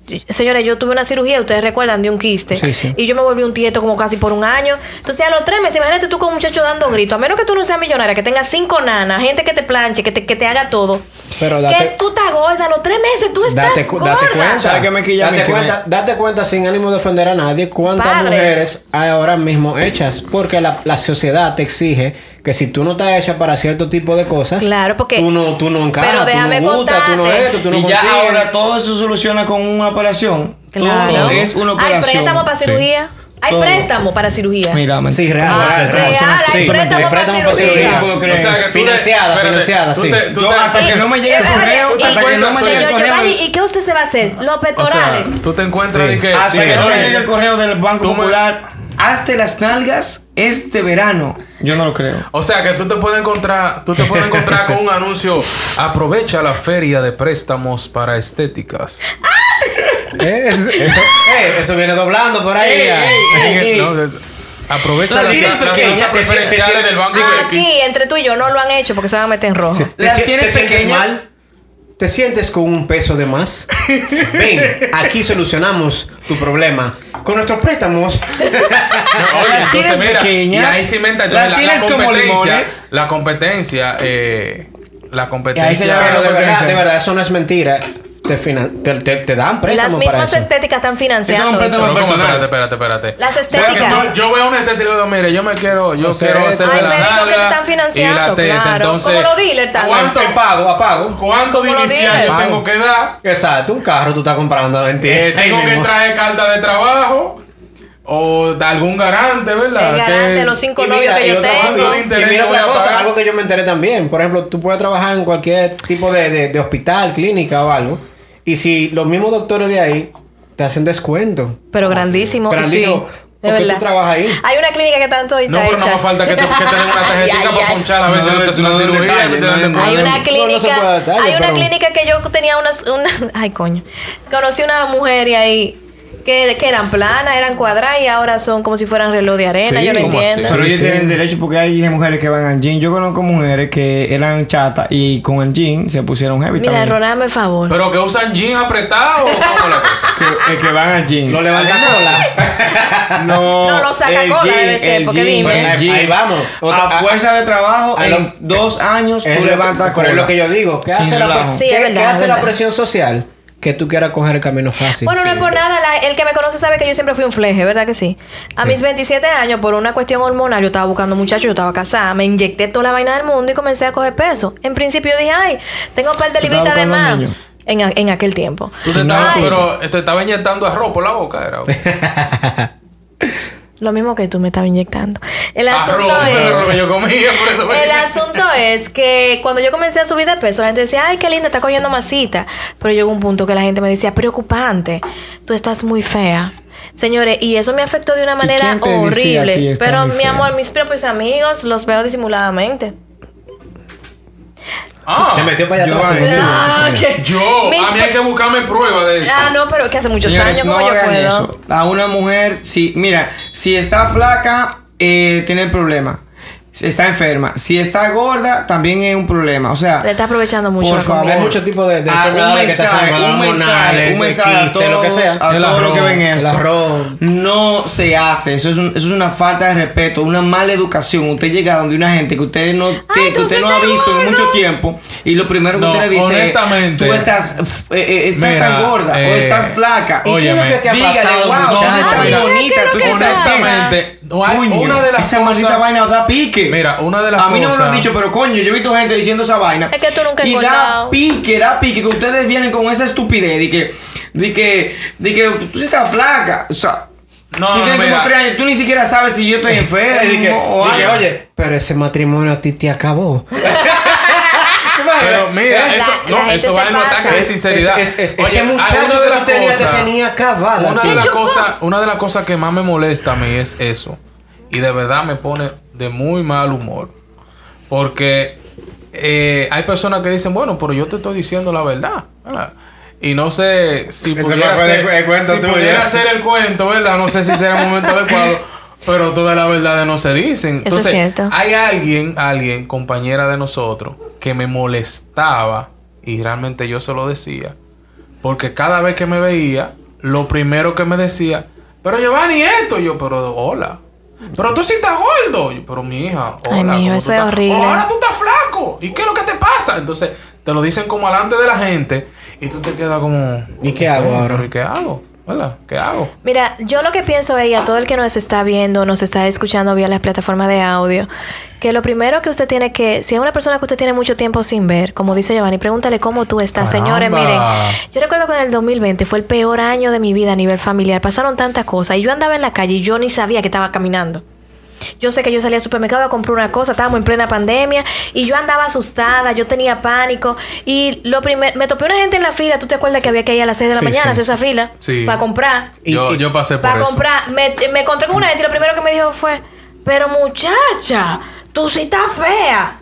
Y- Señores, yo tuve una cirugía, ustedes recuerdan, de un quiste. Sí, sí. Y yo me volví un tieto como casi por un año. Entonces, a los tres meses, imagínate tú con un muchacho dando gritos. A menos que tú no seas millonaria, que tengas cinco nanas, gente que te planche, que te, que te haga todo. Pero que date- tú estás gorda, a los tres meses tú estás Date, cu- gorda. date cuenta, ¿Sabes qué me quilla a mí? date, Que cuenta date cuenta sin ánimo de ofender a nadie cuántas Padre. mujeres hay ahora mismo hechas porque la, la sociedad te exige que si tú no estás hecha para cierto tipo de cosas Claro, porque- tú no tú no encajas Pero tú déjame no gustas, tú no contarte. esto tú no y ya consigues. ahora todo se soluciona con una operación. Claro. Todo es una operación. Hay préstamo para cirugía. Hay Todo. préstamo para cirugía. Mira, man. sí real, Ah, real, real, son- hay sí, préstamo para cirugía. No puedo creer. O sea, que tú te- financiada espérate, financiada tú sí te- tú Yo te- hasta que no me llegue Eh, el Oye, correo, y- hasta que no me llegue el señor correo. Giovanni, ¿y qué usted se va a hacer? Los O sea, pectorales. tú te encuentras de que. Ah, Hasta sí, que no sí. me llegue el correo del Banco Tú me- Popular. Hazte las nalgas este verano. Yo no lo creo. O sea que tú te puedes encontrar, tú te puedes encontrar con un anuncio. Aprovecha la feria de préstamos para estéticas. Eh, es- eso, eh, eso viene doblando por ahí Ey, ya. ey, ey, No, ey. es- aprovecha las, Las líneas las pequeñas, tasas te sientes- preferenciales del banco. Ah, de- Aquí, entre tú y yo, no lo han hecho porque se van a meter en rojo. ¿Te Las sie- tienes te sientes pequeñas. mal? ¿Te sientes con un peso de más? Ven, aquí solucionamos tu problema. Con nuestros préstamos. No, oye, Las entonces, tienes pequeñas, Y ahí se inventa las entonces, la, la tienes como competencia. limones. La competencia, eh, la Y ahí se competencia. llama Pero de porque verdad, dicen- de verdad, eso no es mentira. Te, finan- te, te- te dan Las préstamos para mismas este- eso. estéticas están Eso es financiando. un eso. préstamo. Pero ¿cómo? personal. espérate, espérate, espérate. Las O sea, que estéticas. no- yo veo un estético y digo, mire, yo me quiero, yo O sea, quiero hacer ay, la me dijo que te nalga están financiando, y la teta. claro. Entonces, Como los dealers, tal. ¿cuánto, Te pago, apago. cuánto de Como los inicial yo dealers. tengo que dar? Exacto, un carro tú estás comprando en ti. Eh, tengo Ahí que Este mismo. traer carta de trabajo o de algún garante, ¿verdad? El garante, Que- los cinco Y novios mira, que y yo otra- banco tengo. de y- y interés mira que voy otra a cosa, pagar. algo que yo me enteré también. Por ejemplo, tú puedes trabajar en cualquier tipo de, de- de hospital, clínica o algo. Y si los mismos doctores de ahí te hacen descuento. Pero grandísimo. Grandísimo. sí. ¿Por qué tú trabajas ahí? Hay una clínica que está todo No, pero no me falta que, te, que tenga una tarjetita para ponchar a No, veces. no, te hace una no, no, cirugía. detalle, te no, dan no, de- Hay Bueno, una no, no se clínica, puede dar detalle, hay una pero- clínica que yo tenía unas, una, ay coño, conocí una mujer y ahí que, que eran planas, eran cuadradas y ahora son como si fueran reloj de arena, Sí, yo no ¿cómo así? entiendo. Pero Sí, ellos sí. tienen derecho porque hay mujeres que van al gym. Yo conozco mujeres que eran chatas y con el gym se pusieron heavy Mira, también. Ronald, me favor. Pero que usan jeans apretados o cómo es la cosa. Que- el que van al gym. No levanta cola. No, No, lo saca el cola, gym, debe ser, el porque gym, dime. el Ahí- gym. ahí vamos. Otra- a fuerza de trabajo, a lo- en dos años Es tú lo- levantas pero cola. es lo que yo digo. ¿Qué Sin hace, la, relajo. pre- Sí, qué- es verdad, qué hace es la verdad. presión social? Que tú quieras coger el camino fácil. Bueno, no Sí. es por nada, la- el que me conoce sabe que yo siempre fui un fleje, ¿verdad que sí? A mis 27 años, por una cuestión hormonal, yo estaba buscando muchachos, yo estaba casada, me inyecté toda la vaina del mundo y comencé a coger peso. En principio dije, ay, tengo un par de Tú libritas estabas de buscando más. niños. En, a- en aquel tiempo. Tú te Ay, estabas, pero te estaba inyectando arroz por la boca, era. Lo mismo que tú me estabas inyectando. El Arroz, asunto pero lo es. que yo comía, por eso me- El asunto es que cuando yo comencé a subir de peso, la gente decía, ay, qué linda, está cogiendo masita. Pero llegó un punto que la gente me decía, preocupante, tú estás muy fea. Señores, y eso me afectó de una manera quién te decía a ti, horrible. "Estás Pero, muy mi fea"? amor, mis propios amigos los veo disimuladamente. Ah, Se metió para allá Yo atrás. gané. se metió. Ah, ¿qué? Yo, Mis a mí hay que buscarme pruebas de eso. Ah, no, pero es que hace muchos Señores, años como no yo hagan puedo. eso. A una mujer, si, mira, si está flaca, eh, tiene el problema. Si está enferma. Si está gorda, también es un problema. O sea, Le está aprovechando mucho Por la comida. favor. Hay muchos tipos de- de Ah, un enfermedades que te hacen mensaje, mal, un mensaje, hormonales, un mensaje a quiste, lo que todos, sea. a El todos los que arroz, ven el esto. arroz. No se hace. Eso es, un- eso es una falta de respeto, una mala educación. Usted llega donde una gente que usted no, te- Ay, que tú usted sí no ha estás visto en gordo. mucho tiempo y lo primero que No, usted le dice, es, honestamente. tú estás, f- eh, eh, estás Mira, tan gorda o eh, estás flaca. ¿Y qué es lo Óyeme. que te ha Dígale, pasado? wow, muchacho? tú estás Ay, bien ¿qué bonita, es lo tú que estás pasa? bien. Honestamente, no hay- Coño, una de las esa maldita cosas- vaina da pique. Mira, una de las A mí no me lo han cosas- dicho, pero coño, yo he visto gente diciendo esa vaina. Es que tú nunca has Y da engordado. pique, da pique, que ustedes vienen con esa estupidez de que, de que, de que tú sí estás flaca. O sea, No, tú no, tienes mira. como tres años, tú ni siquiera sabes si yo estoy enfermo Y dije, o dije, algo. oye, pero ese matrimonio a ti te acabó. Pero mira, La- eso, la no, gente eso se va en un pasa. ataque de sinceridad. Es- es- es- Oye, ese hay muchacho una de que las tú tenías te cosas- tenía acabada. Una tío. de, las chupó. cosas, una de las cosas que más me molesta a mí es eso. Y de verdad me pone de muy mal humor. Porque eh, hay personas que dicen, bueno, pero yo te estoy diciendo la verdad. ¿verdad? Y no sé si Ese pudiera, fue el cu- ser, el cuento si tuyo. pudiera ser el cuento, ¿verdad? No sé si será el momento adecuado. Pero todas las verdades no se dicen. Eso es Entonces, cierto. Hay alguien, alguien, compañera de nosotros, que me molestaba. Y realmente yo se lo decía. Porque cada vez que me veía, lo primero que me decía, pero Giovanni, esto. Y yo, pero hola. Pero tú sí estás gordo. Yo, pero mi hija, hola. Ay, mijo, ¿cómo tú eso es estás? horrible. "Oh, ahora tú estás flaco. ¿Y qué es lo que te pasa? Entonces, te lo dicen como alante de la gente. Y tú te quedas como. ¿Y qué hago "Oye, ahora?" pero ¿Y qué hago? ¿Verdad? ¿Qué hago? Mira, yo lo que pienso es, y a todo el que nos está viendo, nos está escuchando vía las plataformas de audio, que lo primero que usted tiene que, si es una persona que usted tiene mucho tiempo sin ver, como dice Giovanni, pregúntale cómo tú estás. Caramba. Señores, miren, yo recuerdo que en el 2020 fue el peor año de mi vida a nivel familiar, pasaron tantas cosas y yo andaba en la calle y yo ni sabía que estaba caminando. Yo sé que yo salí al supermercado a comprar una cosa, estábamos en plena pandemia y yo andaba asustada, yo tenía pánico y lo primer, me topé una gente en la fila, tú te acuerdas que había que ir a las 6 de la Sí, mañana, sí. a hacer esa fila Sí. para comprar. Y- yo, y- yo pasé por Para eso. comprar, me, me encontré con una gente y lo primero que me dijo fue, pero muchacha, tú sí estás fea.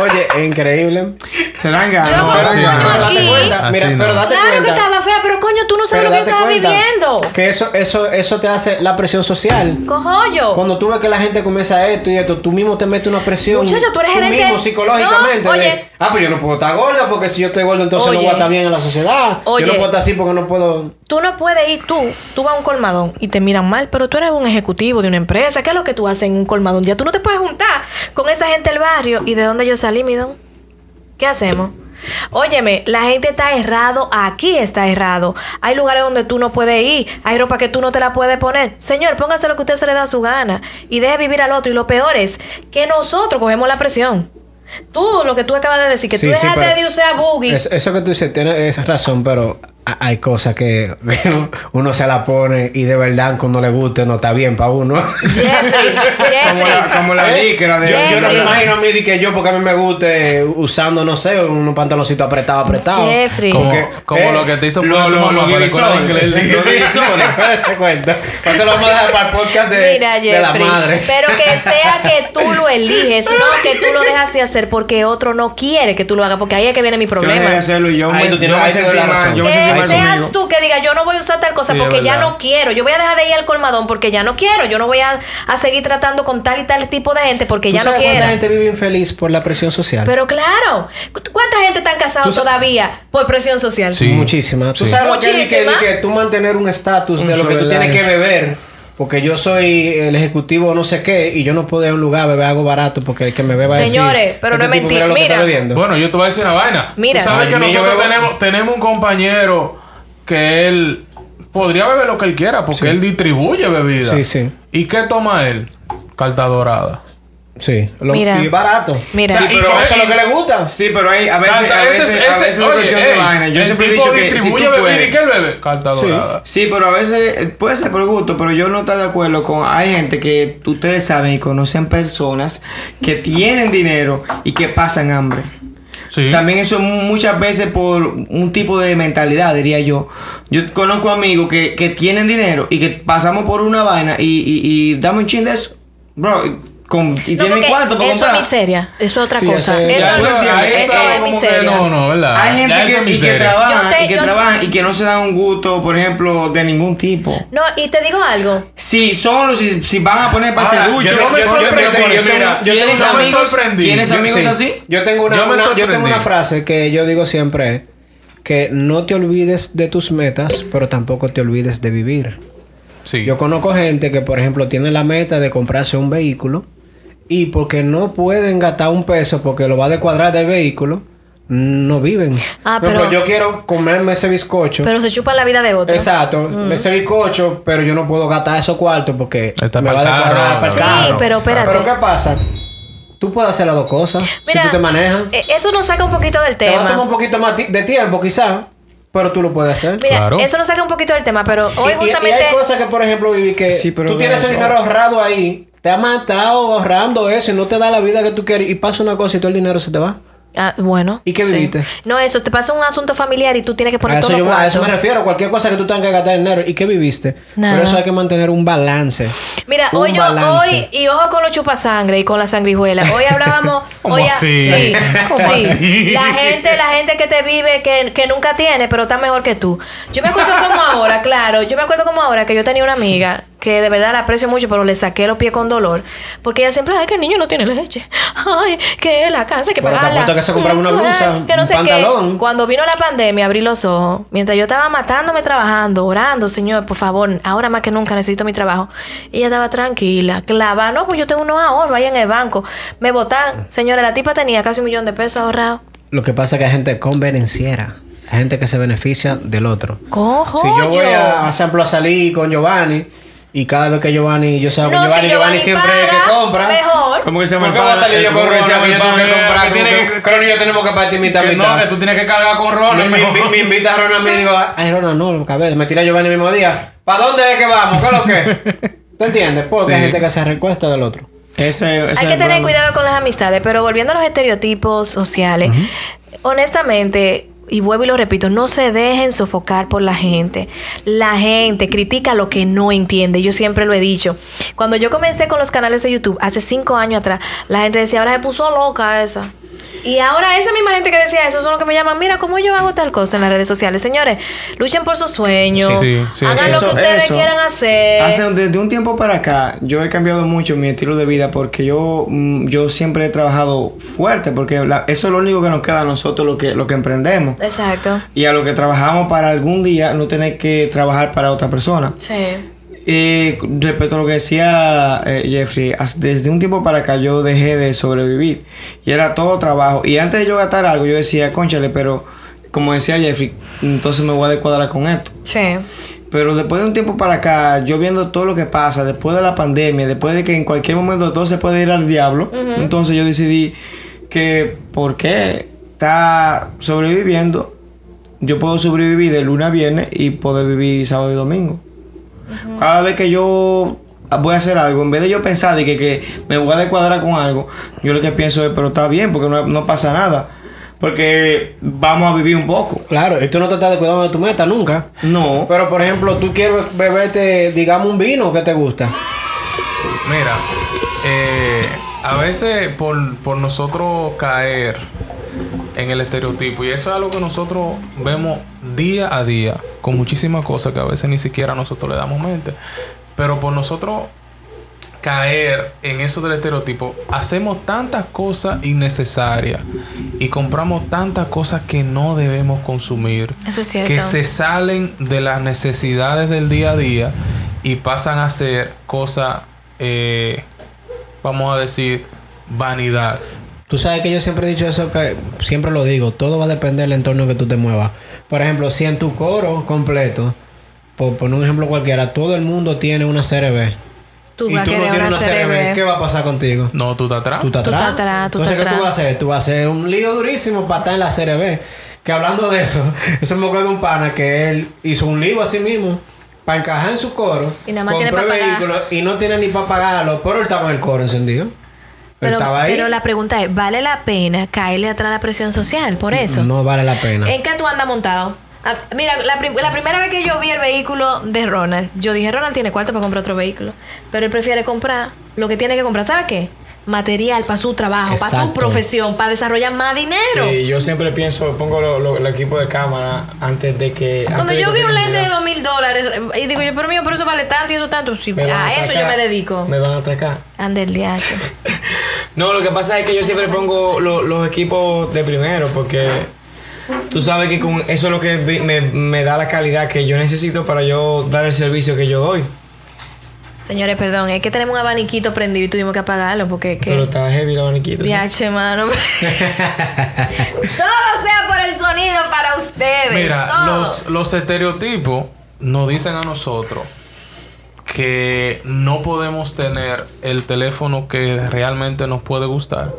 Oye, es increíble. Te dan ganas, Yo te cuando dan sí, ganas. no. Pero date Aquí. cuenta. Mira, Así pero no. date claro cuenta. que estaba fea, pero coño, tú no sabes lo que yo date estaba cuenta viviendo. Que eso, eso, eso te hace la presión social. Cojollo. Cuando tú ves que la gente comienza esto y esto, tú mismo te metes una presión. Muchacho, tú eres gerente. mismo psicológicamente. No, de, oye. ah, pero yo no puedo estar gorda porque si yo estoy gorda entonces no Oye. voy a estar bien en la sociedad. Oye. Yo no puedo estar así porque no puedo. Tú no puedes ir tú, tú vas a un colmadón y te miran mal, pero tú eres un ejecutivo de una empresa. ¿Qué es lo que tú haces en un colmadón? Ya tú no te puedes juntar con esa gente del barrio. ¿Y de dónde yo salí, mi don? ¿Qué hacemos? Óyeme, la gente está errado, aquí está errado. Hay lugares donde tú no puedes ir, hay ropa que tú no te la puedes poner. Señor, póngase lo que usted se le da a su gana y deje vivir al otro. Y lo peor es que nosotros cogemos la presión. Tú, lo que tú acabas de decir, que Sí, tú sí, dejaste pero- de usar buggy. Eso, eso que tú dices tienes es razón, pero ha- hay cosas que uno se la pone y de verdad que uno le guste no está bien para uno. Jeffrey, Como la, Jeffrey. como la licra de. Yo, yo no me Jeffrey. imagino a mí de que yo, porque a mí me guste usando, no sé, unos pantaloncitos apretados, apretados. Jeffrey. Como, como eh, lo que te hizo lo- poner tu lo- mamá lo para la escuela de divisores. inglés. Los divisores. se cuenta. O sea, lo vamos a dejar para el podcast de, Mira, Este, de la Jeffrey, madre. Pero que sea que tú lo eliges, no que tú lo dejas de hacer porque otro no quiere que tú lo hagas, porque ahí es que viene mi Yo dejé de problema. Eh, hacerlo y yo Ahí me, tú tienes- yo me ahí tú sentí tienes la mal. razón. Yo me sentí Que mal seas conmigo. tú que diga yo no voy a usar tal cosa Sí, porque es ya verdad. no quiero, yo voy a dejar de ir al colmadón porque ya no quiero, yo no voy a, a seguir tratando con tal y tal tipo de gente porque ¿Tú ya no sabes quiero. cuánta gente vive infeliz por la presión social? Pero claro, ¿cu- ¿cuánta gente está casada Tú sa- todavía por presión social? Sí. Muchísima. Tú Sí. sabes lo que es que, Muchísima. que tú mantener un estatus de Un lo que tú sobrelife. tienes que beber. Porque yo soy el ejecutivo no sé qué y yo no puedo ir a un lugar a beber algo barato porque el que me beba "Este Señores, pero no es mentira. Mira. Bueno, yo te voy a decir una vaina. Mira. Tú sabes Ay, que mi nosotros bebo- tenemos, tenemos un compañero que él podría beber lo que él quiera porque él distribuye bebida. Sí, sí. ¿Y qué toma él? Carta dorada. Sí, lo- Mira. y barato. Mira. Sí, O sea, y pero con- eso es lo que le gusta. Sí, pero hay, a veces, Carta- a veces, ese- a ese- veces es una oye, cuestión de ey, vaina. Yo el siempre he tipo dicho que si tú distribuye bebida y puedes, que él bebe carta Sí. dorada. Sí, pero a veces eh, puede ser por gusto, pero yo no estoy de acuerdo con. Hay gente que ustedes saben y conocen personas que tienen dinero y que pasan hambre. Sí. También eso es mu- muchas veces por un tipo de mentalidad, diría yo. Yo conozco amigos que, que tienen dinero y que pasamos por una vaina y, y, y dame un chin de eso. Bro, con, y No, tienen porque cuánto para eso es comprar. miseria, eso es otra Sí, cosa. eso Eso, es- Ya no eso- entiendo, ahí es, eso eso estaba es como que miseria. No, no, ¿verdad? Hay Ah, Ya eso gente es que, y que miseria. trabaja Yo te- y que yo- trabaja y que no se dan un gusto, por ejemplo, de ningún tipo. No, y te digo algo. Si son los, si, si van a poner Ahora, paselucho, Ah, yo no me sorprendo, yo tengo- mira, yo tengo no me amigos- sorprendí. ¿Tienes Yo- amigos sí. así? Yo tengo una, Yo me una- yo tengo sorprendí. una frase que yo digo siempre que no te olvides de tus metas, pero tampoco te olvides de vivir. Sí. Yo conozco gente que, por ejemplo, tiene la meta de comprarse un vehículo y porque no pueden gastar un peso porque lo va a descuadrar del vehículo, no viven. Ah, Por ejemplo, pero- yo quiero comerme ese bizcocho. Pero Mm. se chupa la vida de otro. Exacto, ese bizcocho, pero yo no puedo gastar esos cuartos porque Está me va a pa'l carro, descuadrar pa'l Sí, carro. pero espérate. Pero ¿qué pasa? Tú puedes hacer las dos cosas si tú te manejas. eh, Eso nos saca un poquito del Te va a tomar un tema. poquito más ti- de tiempo, quizás, pero tú lo puedes hacer. Mira, Claro. eso nos saca un poquito del tema, pero Y- hoy y- justamente. Y, hay cosas que, por ejemplo, Vivi, que Sí, pero tú no tienes es el eso. dinero ahorrado ahí, te has matado ahorrando eso y no te da la vida que tú quieres y pasa una cosa y todo el dinero se te va. Ah, bueno. ¿Y qué sí. viviste? No, eso, te pasa un asunto familiar y tú tienes que poner A eso, todo yo- lo a eso me refiero, cualquier cosa que tú tengas que gastar dinero y qué viviste. Nada. Por eso hay que mantener un balance. Mira, Un hoy yo, balance. hoy, y ojo con los chupasangre y con la sangrijuela. Hoy hablábamos, ¿Cómo hoy así? sí, ¿Cómo sí. así? La gente, la gente que te vive, que, que nunca tiene, pero está mejor que tú. Yo me acuerdo como ahora, claro, yo me acuerdo como ahora que yo tenía una amiga que de verdad la aprecio mucho, pero le saqué los pies con dolor. Porque ella siempre, ay, que el niño no tiene leche. Ay, que la casa, que Pero te pagarla. apuesto que se compraba una blusa, que no un sé qué. pantalón. Cuando vino la pandemia, abrí los ojos. Mientras yo estaba matándome trabajando, orando, Señor, por favor, ahora más que nunca necesito mi trabajo. Y ella estaba tranquila, clava. No, pues yo tengo unos ahorros ahí en el banco. Me botan. Señora, la tipa tenía casi un millón de pesos ahorrados. Lo que pasa es que hay gente convenenciera, hay gente que se beneficia del otro. Cojo. Si yo voy a, por ejemplo, a salir con Giovanni y cada vez que Giovanni, yo salgo No, con Giovanni, si Giovanni Giovanni, siempre es el que paga, compra. mejor. ¿Cómo que se llama ¿Por el qué voy a pana? salir yo El- con ¿cómo que Ronald? se llama Yo el tengo pana? que comprar. Que como tiene que- que- Crony, yo tenemos que partir mitad Que no, mitad. que tú tienes que cargar con Me, Ronald. me- me- me invita a Ronald me digo, ay Ronald, no, cabeza, me tira Giovanni el mismo día. ¿Para dónde es que vamos? ¿Qué es lo que? ¿Te entiendes? Porque hay Sí. gente que se recuesta del otro. Ese, ese es Hay el que tener problema. cuidado con las amistades, pero volviendo a los estereotipos sociales, honestamente, y vuelvo y lo repito, no se dejen sofocar por la gente. La gente critica lo que no entiende, yo siempre lo he dicho. Cuando yo comencé con los canales de YouTube, hace cinco años atrás, la gente decía, ahora se puso loca esa. Y ahora esa misma gente que decía eso son los que me llaman, mira cómo yo hago tal cosa en las redes sociales. Señores, luchen por sus sueños, Sí, sí, sí, hagan eso- lo que ustedes eso. quieran hacer. Hace, desde un tiempo para acá, yo he cambiado mucho mi estilo de vida porque yo, mm, yo siempre he trabajado fuerte, porque la- eso es lo único que nos queda a nosotros, lo que, lo que emprendemos. Exacto. Y a lo que trabajamos para algún día, no tener que trabajar para otra persona. Sí. Eh, respecto a lo que decía eh, Jeffrey, as- desde un tiempo para acá yo dejé de sobrevivir y era todo trabajo. Y antes de yo gastar algo, yo decía, conchale, pero como decía Jeffrey, entonces me voy a descuadrar con esto. Sí. Pero después de un tiempo para acá, yo viendo todo lo que pasa, después de la pandemia, después de que en cualquier momento todo se puede ir al diablo, entonces yo decidí que, ¿por qué está sobreviviendo? yo puedo sobrevivir de lunes a viernes y poder vivir sábado y domingo. Cada vez que yo voy a hacer algo, en vez de yo pensar de que, que me voy a descuadrar con algo, yo lo que pienso es, pero está bien, porque no, no pasa nada. Porque vamos a vivir un poco. Claro, y tú no te estás descuidando de tu meta nunca. No. Pero por ejemplo, tú quieres beberte, digamos, un vino que te gusta. Mira, eh, a veces por, por nosotros caer en el estereotipo, y eso es algo que nosotros vemos día a día, con muchísimas cosas que a veces ni siquiera nosotros le damos mente, pero por nosotros caer en eso del estereotipo, hacemos tantas cosas innecesarias y compramos tantas cosas que no debemos consumir, Eso es cierto. que se salen de las necesidades del día a día y pasan a ser cosas, eh, vamos a decir, vanidad. Tú sabes que yo siempre he dicho eso, que siempre lo digo, todo va a depender del entorno que tú te muevas. Por ejemplo, si en tu coro completo, por poner un ejemplo cualquiera, todo el mundo tiene una CRB. Tú y vas a tú no querer tienes una una CRB. CRB, ¿qué va a pasar contigo? No, tú te atrás. Tú estás Tú atrás. estás atrás, tú Entonces, estás ¿qué tú atrás. vas a hacer? Tú vas a hacer un lío durísimo para estar en la CRB. Que hablando de eso, eso me acuerdo de un pana que él hizo un lío a sí mismo para encajar en su coro. Y nada más tiene compró pa' pagar. vehículo y no tiene ni para pagarlo, pero él estaba en el coro encendido. Él Pero, estaba ahí. pero la pregunta es, ¿vale la pena caerle atrás a la presión social por eso? No vale la pena. ¿En qué tú andas montado? Ah, mira, la, prim- la primera vez que yo vi el vehículo de Ronald, yo dije, Ronald tiene cuarto para comprar otro vehículo, pero él prefiere comprar lo que tiene que comprar, ¿sabe qué? Material para su trabajo, para su Exacto. profesión, para desarrollar más dinero. Sí, yo siempre pienso, Pues pongo lo- lo- el equipo de cámara antes de que. Cuando antes de yo que vi un tenga lente de idea, dos mil dólares y digo yo, pero mío, pero eso vale tanto y eso tanto, sí, me van a eso yo atracar, me dedico. Me van a atracar. Ande el diacho. No, lo que pasa es que yo siempre pongo lo- los equipos de primero porque tú sabes que con eso es lo que vi- me, me da la calidad que yo necesito para yo dar el servicio que yo doy. Señores, perdón, es que tenemos un abaniquito prendido y tuvimos que apagarlo porque es que... Pero está heavy el abaniquito. sí. Diache, mano. Todo sea por el sonido para ustedes. Mira, todo. los, los estereotipos nos dicen a nosotros que no podemos tener el teléfono que realmente nos puede gustar,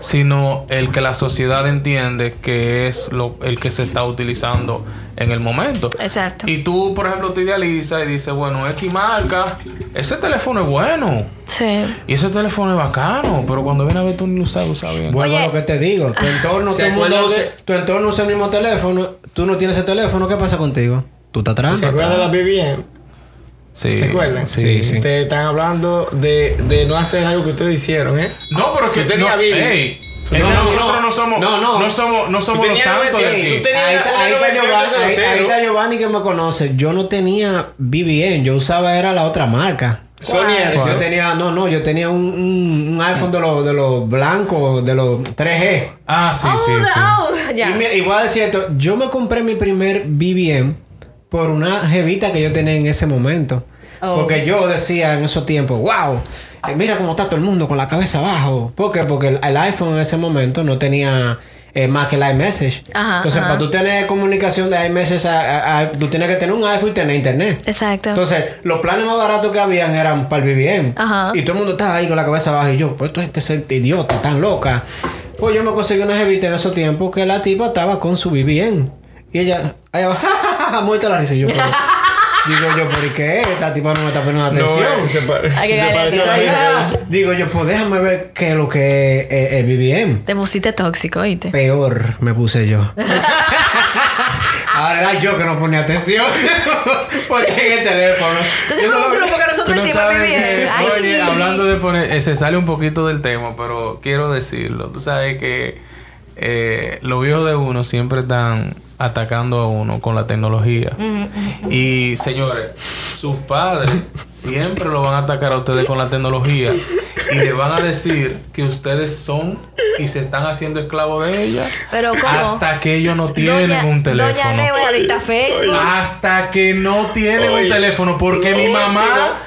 sino el que la sociedad entiende que es lo, el que se está utilizando en el momento. Exacto. Y tú, por ejemplo, te idealizas y dices, bueno, X marca, ese teléfono es bueno. Sí. Y ese teléfono es bacano, pero cuando viene a ver tú ni lo sabes, usar bien. Vuelvo Oye. Ah. a lo que te digo. Tu entorno, ¿Se todo el mundo acuerdan usa- de- tu entorno usa el mismo teléfono. Tú no tienes ese teléfono. ¿Qué pasa contigo? Tú estás atrás. ¿Se acuerdan de la BBM? Sí, ¿Se acuerdan? Sí, sí. Te están hablando de, de no hacer algo que ustedes hicieron, ¿eh? No, pero que Tú tenías no, Biblia. ey, Tú eh, no, no, nosotros no somos, no, no. no somos, no somos los tenías santos de 20, aquí. tú tenías- Ahí está, ahí está Giovanni, ahí- ahí está Giovanni que me conoce. Yo no tenía BBN, yo usaba era la otra marca. Sony Yo Ericsson. tenía, no, no, yo tenía un, un- un iPhone de los de los blancos, de los 3G. Ah, sí, sí, Oh, sí. oh, ya. Y mira, igual es cierto, yo me compré mi primer BBM por una jevita que yo tenía en ese momento. Oh. Porque yo decía en esos tiempos, wow, eh, mira cómo está todo el mundo con la cabeza abajo. ¿Por qué? Porque el, el iPhone en ese momento no tenía eh, más que el iMessage. Ajá, Entonces, ajá. para tú tener comunicación de iMessage, a- a- a- tú tienes que tener un iPhone y tener internet. Exacto. Entonces, los planes más baratos que habían eran para el BBM. Ajá. Y todo el mundo estaba ahí con la cabeza abajo. Y yo, pues esta gente es idiota, tan loca. Pues yo me conseguí una jevita en esos tiempos que la tipa estaba con su BBM. Y ella, ahí abajo, muerta la risa. Y yo, pero- digo yo, ¿por qué? Esta tipa no me está poniendo atención. No, eh, se, pare- Hay que se ganar parece a el la Ay, dinero. gente. ah. digo yo, pues déjame ver qué es lo que es eh, el BBM. Te pusiste tóxico, ¿oíste? Peor me puse yo. Ahora era yo que no ponía atención. Porque en el teléfono. Entonces Yo no fue un lo- grupo que Tú nosotros no hicimos sabes muy bien. que- Ay, oye, sí. hablando de poner, eh, se sale un poquito del tema, pero quiero decirlo. Tú sabes que eh, los viejos de uno siempre están atacando a uno con la tecnología. Y señores, sus padres siempre lo van a atacar a ustedes con la tecnología y les van a decir que ustedes son y se están haciendo esclavos de ella Pero ¿cómo? hasta que ellos no tienen Doña- un teléfono. Doña Leo es adicta a Facebook. Hasta que no tienen un Oye. teléfono. Porque mi Oye, mamá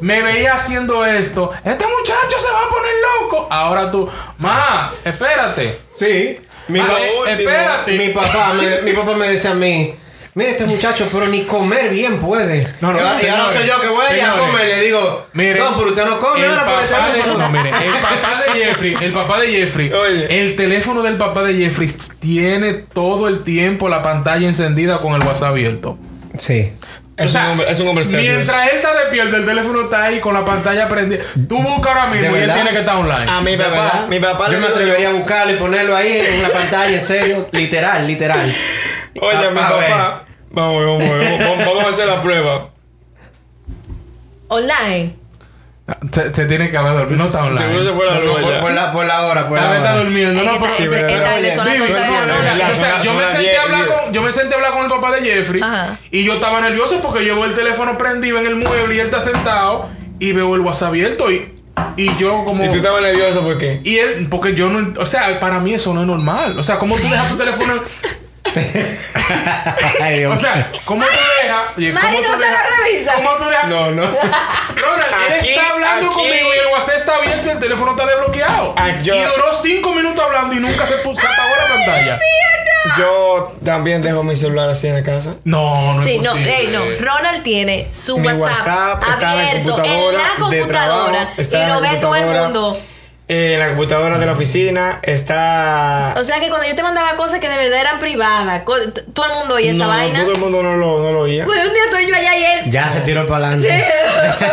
me veía haciendo esto. Este muchacho se va a poner loco. Ahora tú, ma, espérate. Sí. Mi, Ma, pa- eh, último. espérate. mi papá me, mi papá me dice a mí, mira este muchacho, pero ni comer bien puede. No, no, y ahora y ahora señores, soy yo que voy allá a señores, comer y le digo, Mire, no, pero usted no come, el ahora porque papá usted de- no no, come". mire, el papá de Jeffrey, el papá de Jeffrey, Oye. el teléfono del papá de Jeffrey tiene todo el tiempo la pantalla encendida con el WhatsApp abierto. Sí. Es, O sea, un hombre, es un hombre serio. Mientras él está despierto, el teléfono está ahí con la pantalla prendida. Tú busca ahora ¿De mismo y él verdad? tiene que estar online. A mi De papá, verdad, mi papá Yo le me digo- atrevería a buscarlo y ponerlo ahí en la pantalla, en serio. Literal, literal. Ah, Oye, A- mi a papá. Vamos, vamos, vamos, vamos, vamos a hacer la prueba. Online. Se, se tiene que haber dormido. No está online. Seguro se fue la No, luz. por, allá. por la, por la hora, por Tal la vez está hora. durmiendo. No, Ay, pero- que está- pero- es tarde, son las Dime, 11 de la no, no, noche. no, o sea, Yo Son me las senté diez, a hablar diez. con- yo me senté a hablar con el papá de Jeffrey Ajá. y yo estaba nervioso porque llevo el teléfono prendido en el mueble y él está sentado y veo el WhatsApp abierto y, y yo como... Y tú estabas nervioso por qué? Y él, porque yo no... O sea, para mí eso no es normal. O sea, ¿cómo tú dejas tu teléfono... Ay, Dios. O sea, ¿cómo tú dejas... oye, Mari ¿cómo no tú se dejas- lo revisa. ¿Cómo tú dejas... No, no. Ronald, él Aquí, está hablando aquí. conmigo y el WhatsApp está abierto y el teléfono está desbloqueado. Ah, yo- Y duró cinco minutos hablando y nunca se, puso, se apagó la pantalla. Yo también dejo mi celular así en la casa. No, no Sí, es no, posible. ey, no. Ronald tiene su Mi WhatsApp, WhatsApp está en la abierto en computadora. la de trabajo, computadora está y en lo la ve todo el computadora, mundo. eh, en la computadora de la oficina está. O sea que cuando yo te mandaba cosas que de verdad eran privadas, co- t- todo el mundo oía esa no, vaina. todo el mundo no lo, no lo oía. Bueno, un día estoy yo allá y él. Ya se tiró para adelante.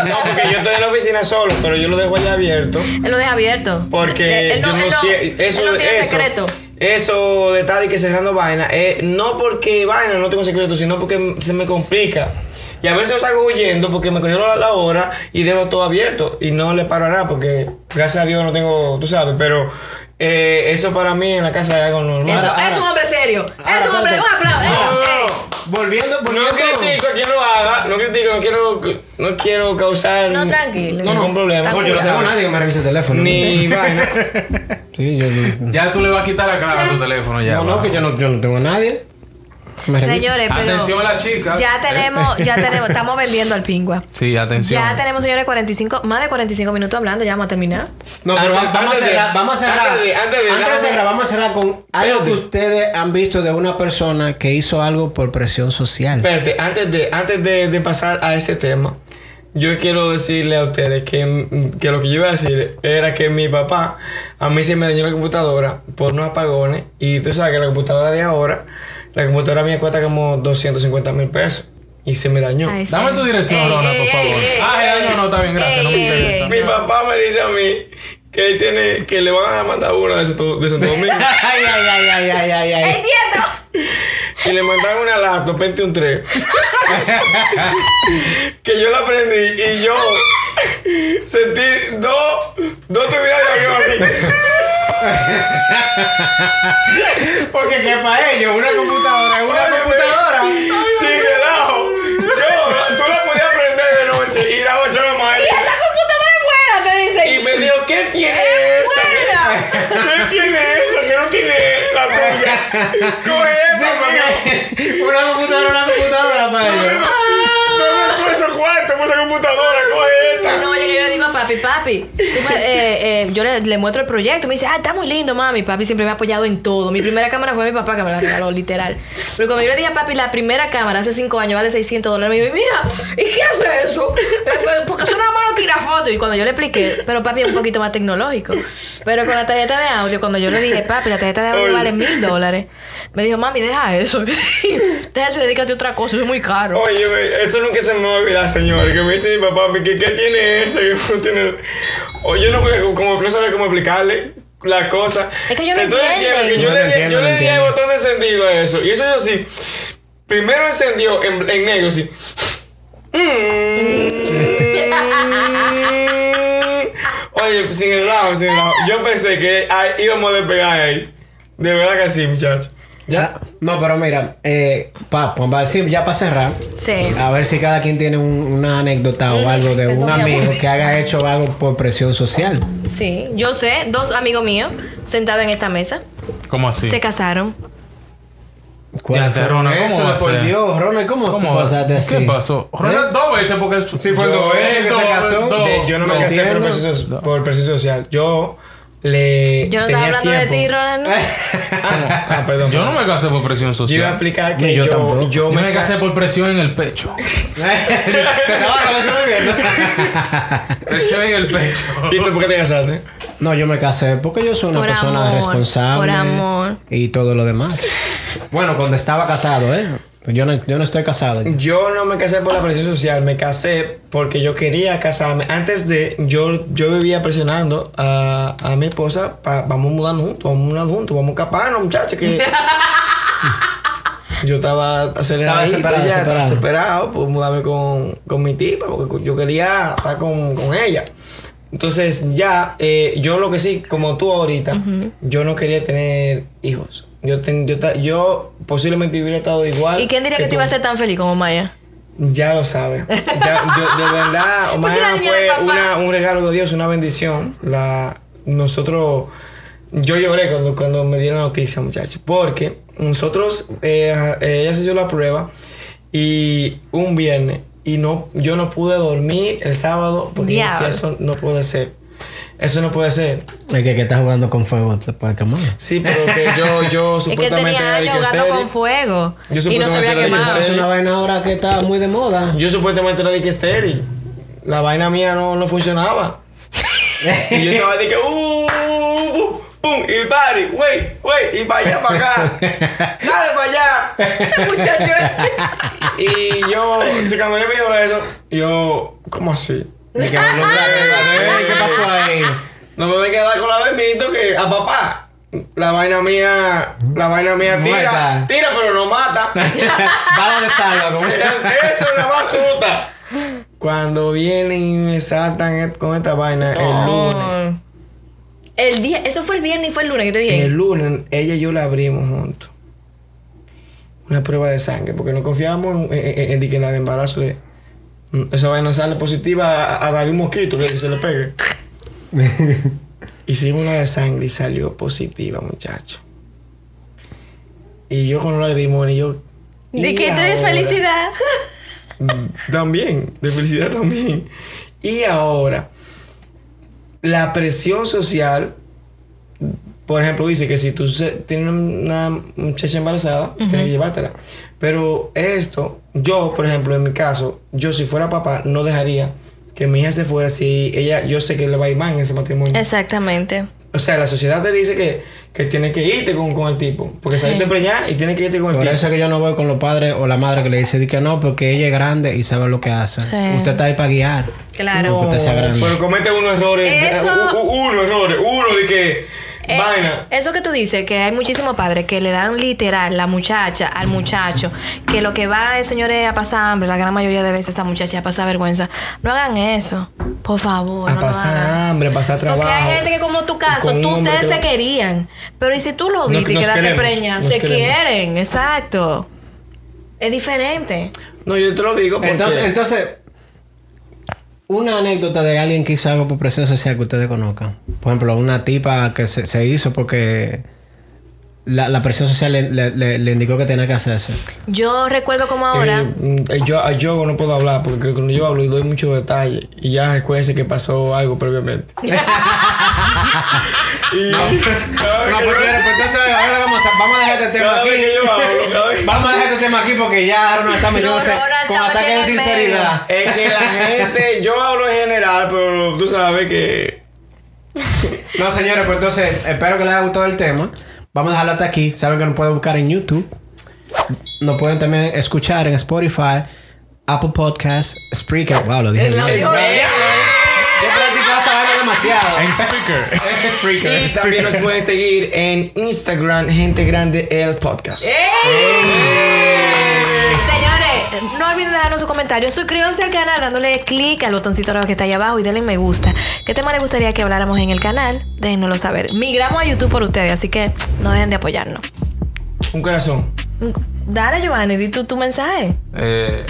No, porque yo estoy en la oficina solo, pero yo lo dejo allá abierto. Él lo deja abierto. Porque Eh, él, él no, yo no, él no- sé- Eso, él no tiene eso, secreto. Eso de tal y que cerrando vaina. eh, no porque vaina, no tengo secreto, sino porque se me complica. Y a veces salgo huyendo porque me cogieron la, la hora y dejo todo abierto. Y no le paro a nada porque, gracias a Dios, no tengo, tú sabes, pero eh, eso para mí en la casa es algo normal. Eso- ahora- es un hombre serio. ahora, es un hombre. espérate. Un aplauso. eh, No, no, eh. Volviendo, No volviendo. critico a quien lo haga, no critico, no quiero, no quiero causar No, tranquilo. ningún No, problema. está No, yo curado. no tú tengo a sabes. nadie que me revise el teléfono. Ni vaina. Sí, yo no. Ya tú le vas a quitar la cara a tu teléfono ya. No, no, va. que yo no, yo no tengo a nadie. que me revise. Señores, pero. Atención a las chicas. Ya tenemos, Eh. ya tenemos, estamos vendiendo al pingua. Sí, atención. Ya tenemos, señores, 45, más de 45 minutos hablando, ya vamos a terminar. No, pero Antes- vamos, a antes de- cerrar, vamos a cerrar. antes de- antes de- Antes de cerrar, déjame- vamos a cerrar con algo que Espérate. ustedes han visto de una persona que hizo algo por presión social. Espérate, antes de, antes de, de pasar a ese tema, yo quiero decirle a ustedes que, mm, que lo que yo iba a decir era que mi papá a mí se me dañó la computadora por unos apagones y tú sabes que la computadora de ahora, la computadora mía cuesta como 250 mil pesos y se me dañó. Ay, sí. Dame tu dirección, Ey, Ronald, ey, por favor. ey, ey, ah, ey, eh, no, no, está bien, gracias. no me ey, interesa. ey, Mi papá me dice a mí que, él tiene, que le van a mandar uno de Santo, de Santo Domingo ay, ay, ay, ay, ay, ay, ay. ¡Entiendo! y le mandaron una laptop 21 3 que yo la prendí y yo sentí dos dos terminales de avión así Porque que para ellos, una computadora es Óyeme, una computadora. sin relajo yo tú la podías prender de noche y la ocho de la mañana ¡Esa computadora es buena! Te dicen. y me dijo ¿qué tiene esa? ¿qué tiene esa? que no tiene la tuya coge esta porque una computadora, una computadora para ellos. no me puso cuarto puso computadora coge esta No, yo, yo le digo a papi, papi, tú me- eh, eh, yo le, le muestro el proyecto. Me dice, ah, está muy lindo, mami. Papi siempre me ha apoyado en todo. Mi primera cámara fue mi papá que me la regaló, literal. Pero cuando yo le dije a papi, la primera cámara hace cinco años vale 600 dólares, me dijo, mija, ¿y qué hace eso? Eh, eh, Porque eso nada más no tira fotos. Y cuando yo le expliqué, pero papi es un poquito más tecnológico. Pero con la tarjeta de audio, cuando yo le dije, papi, la tarjeta de audio vale mil dólares, me dijo, mami, deja eso. deja eso y dedícate a otra cosa, eso es muy caro. Oye, güey, eso nunca se me va a olvidar, señor. Que me dice mi papá, ¿qué, qué tiene eso? Que no tiene... O yo no, puedo- como, no sabía cómo explicarle la cosa. Es que yo no Te estoy entiendo. diciendo que yo No le, lo di- entiendo, yo no le di el entiendo. botón de encendido a eso. Y eso yo sí. Primero encendió en, en negro, sí. Oye, sin el lado, sin el lado. Yo pensé que ah, íbamos a despegar ahí. De verdad que sí, muchachos. Ya. Ya, Ah, no, pero mira, eh, pa, pues va a decir, ya para cerrar, Sí. Mm, a ver si cada quien tiene un- una anécdota o algo de un perdón, mi amigo amor. que haya hecho algo por presión social. Sí, yo sé, dos amigos míos sentados en esta mesa ¿Cómo así? se casaron. ¿Cuál te, Ronald, ¿cómo Eso, va a por ser? Dios, Ronald, ¿cómo, tú ¿Cómo? pasaste así? ¿Qué pasó? Ronald, dos veces porque... ¿Eh? Sí, fue dos veces que se casó. De- yo no me Me casé por entiendo. presión, so- por presión social. Yo le. Yo no Eh, estaba tenía hablando de tiempo. ti, Ronald. ¿no? Ah, no. Ah, perdón. Yo no me casé por presión Yo iba a social. explicar Ni que yo yo, tampoco. yo, Yo me me casé por presión en el pecho. ¿Eh? Presión en el pecho. ¿Y tú por qué te casaste? No, yo me casé porque yo soy una Por persona amor, responsable. por amor. Y todo lo demás. Bueno, cuando estaba casado, ¿eh? Yo no, yo no estoy casado. Mm. Yo no me casé por la presión social, me casé porque yo quería casarme. Antes de, yo, yo vivía presionando a, a mi esposa, pa- vamos mudando juntos, vamos mudando juntos, vamos escaparnos, muchachos, que... Yo estaba acelerado, separado, ya, estaba separado. separado por mudarme con, con mi tipa, porque yo quería estar con, con ella. Entonces ya, eh, yo lo que sí, como tú ahorita, yo no quería tener hijos. Yo, ten- yo, ta- yo posiblemente hubiera estado igual. ¿Y quién diría que te tú. iba a ser tan feliz como Maya? Ya lo sabe. Ya, yo- de verdad, Omar Pues la niña fue de papá. una- un regalo de Dios, una bendición. La, nosotros, yo lloré cuando, cuando me dieron la noticia, muchachos, porque nosotros, eh, ella se hizo la prueba y un viernes, y no, yo no pude dormir el sábado porque yo decía, Diablo. eso no puede ser. Eso no puede ser. El que, que está jugando con fuego te puede quemar. Sí, pero que yo, yo Es que supuestamente tenía era de años que jugando estéril. con fuego. Yo Y no se supuestamente había era de que quemado. Es estéril. una vaina ahora que está muy de moda. Yo supuestamente era de que estéril. La vaina mía no, no funcionaba. y yo estaba de que, uh, pum, pum, y pari, wey, wey, y para allá, para acá. Dale para allá. Este Muchacho. Y yo, se cuando yo me dijo eso, yo, ¿cómo así? De que, no, no, no, no, no, ¿Qué pasó ahí? No me voy a quedar con la de mito que a papá. La vaina mía, la vaina mía tira, Muerta. tira pero no mata. Bala de salva, como Es- Eso es la más suta. Cuando vienen y me saltan con esta vaina el lunes. El día, eso fue el viernes y fue el lunes que te dije. El lunes ella y yo la abrimos juntos. Una prueba de sangre, porque no confiábamos en, en- en- en que la de embarazo de... mm, Esa vaina sale positiva a, a darle un mosquito que se le pegue. Hicimos una de sangre y salió positiva, muchacho. Y yo con un lagrimón y yo... ¿De qué te ahora? de felicidad? Mm, También, de felicidad también. Y ahora, la presión social, por ejemplo, dice que si tú se- tienes una muchacha embarazada, tienes que llevártela. Pero esto, yo, por ejemplo, en mi caso, yo si fuera papá, no dejaría que mi hija se fuera si ella, yo sé que le va a ir mal en ese matrimonio. Exactamente. O sea, la sociedad te dice que, que tienes que irte con, con el tipo, porque Sí. saliste preñada y tienes que irte con el Por tipo. eso es que yo no voy con los padres o la madre que le dice di que no, porque ella es grande y sabe lo que hace. Sí. Usted está ahí para guiar. Claro. No. que usted sea grande. Pero comete unos errores. Eso- u- u- uno errores. Uno de que. Eh, vaina. Eso que tú dices, que hay muchísimos padres que le dan literal la muchacha al muchacho, que lo que va es, señores, a pasar hambre, la gran mayoría de veces a muchacha a pasar vergüenza. No hagan eso, por favor. A no lo hagan. pasar hambre, a pasar trabajo. Porque hay gente que como tu caso, Con un tú hombre ustedes que- se querían. Pero y si tú lo Nos- viste y nos quedaste queremos, preña, nos se queremos. quieren, exacto. Es diferente. No, yo te lo digo porque. Entonces, entonces, una anécdota de alguien que hizo algo por presión social que ustedes conozcan. Por ejemplo, una tipa que se, se hizo porque la, la presión social le, le- le- le indicó que tenía que hacerse. Yo recuerdo como ahora. eh, mm, yo, yo no puedo hablar porque cuando yo hablo y doy mucho detalle y ya recuérdense que pasó algo previamente. y, no, pues, entonces ahora vamos a, vamos a dejar este Cada vez que yo hablo, cada vez- Vamos a dejar este tema aquí porque ya ahora nos está metiéndose Ronald con está ataque de metido en el sinceridad. Es que la gente, yo hablo en general, pero tú sabes que. No, señores, pues entonces espero que les haya gustado el tema. Vamos a dejarlo hasta aquí. Saben que nos pueden buscar en YouTube. Nos pueden también escuchar en Spotify, Apple Podcasts, Spreaker. Wow, lo dije Lo bien. dijo él. Yo he practicado esa vaina demasiado. En speaker. Spreaker. Y también nos pueden seguir en Instagram, Gente Grande El Podcast. Eh. Señores, no olviden dejarnos sus comentarios. Suscríbanse al canal dándole clic al botoncito rojo que está ahí abajo y denle me gusta. ¿Qué tema les gustaría que habláramos en el canal? Déjenoslo saber. Migramos a YouTube por ustedes, así que no dejen de apoyarnos. Un corazón. Dale, Giovanni, di tú tu mensaje. Eh,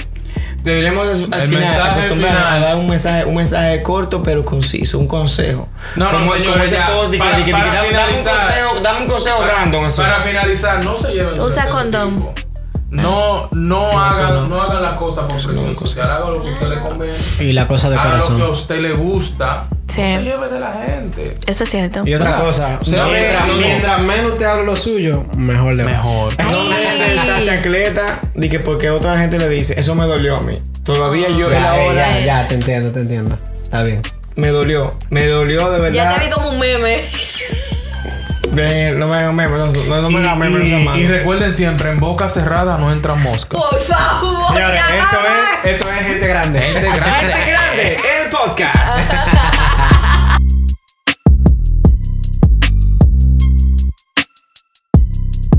Deberíamos al- al El final mensaje acostumbrar final. a dar un mensaje, un mensaje corto pero conciso, un consejo. No, no, como, señores, como ese ya. post de que, Para- de que- de que para dame- dame un finalizar. consejo, dame un consejo random. así. Para finalizar, no se lleven. Usa de este condón. tipo. Eh. No, no, hagan, no. hagan la cosa por presión social. Hagan lo que a usted le conviene. Y la cosa de Ah, Haga lo que a corazón. usted le gusta. Sí. No se lleve de la gente. Eso es cierto. Y otra Claro. cosa, O sea, mientras, no- mientras menos te hable lo suyo, mejor le va. Mejor. No me den esa chancleta de que porque otra gente le dice, eso me dolió a mí. Todavía yo, Ya, él eh, ahora ya, ya, te entiendo, te entiendo. Está bien. me dolió. Me dolió de Ya te vi verdad. como un meme. Ven, no me hagan memes, no, no, no me hagan memes, no sean Y, y- y malos. recuerden siempre, en boca cerrada no entran moscas. Por favor. Señores, ya esto va. es, esto es gente grande. Este Gente grande. Gente grande, el podcast.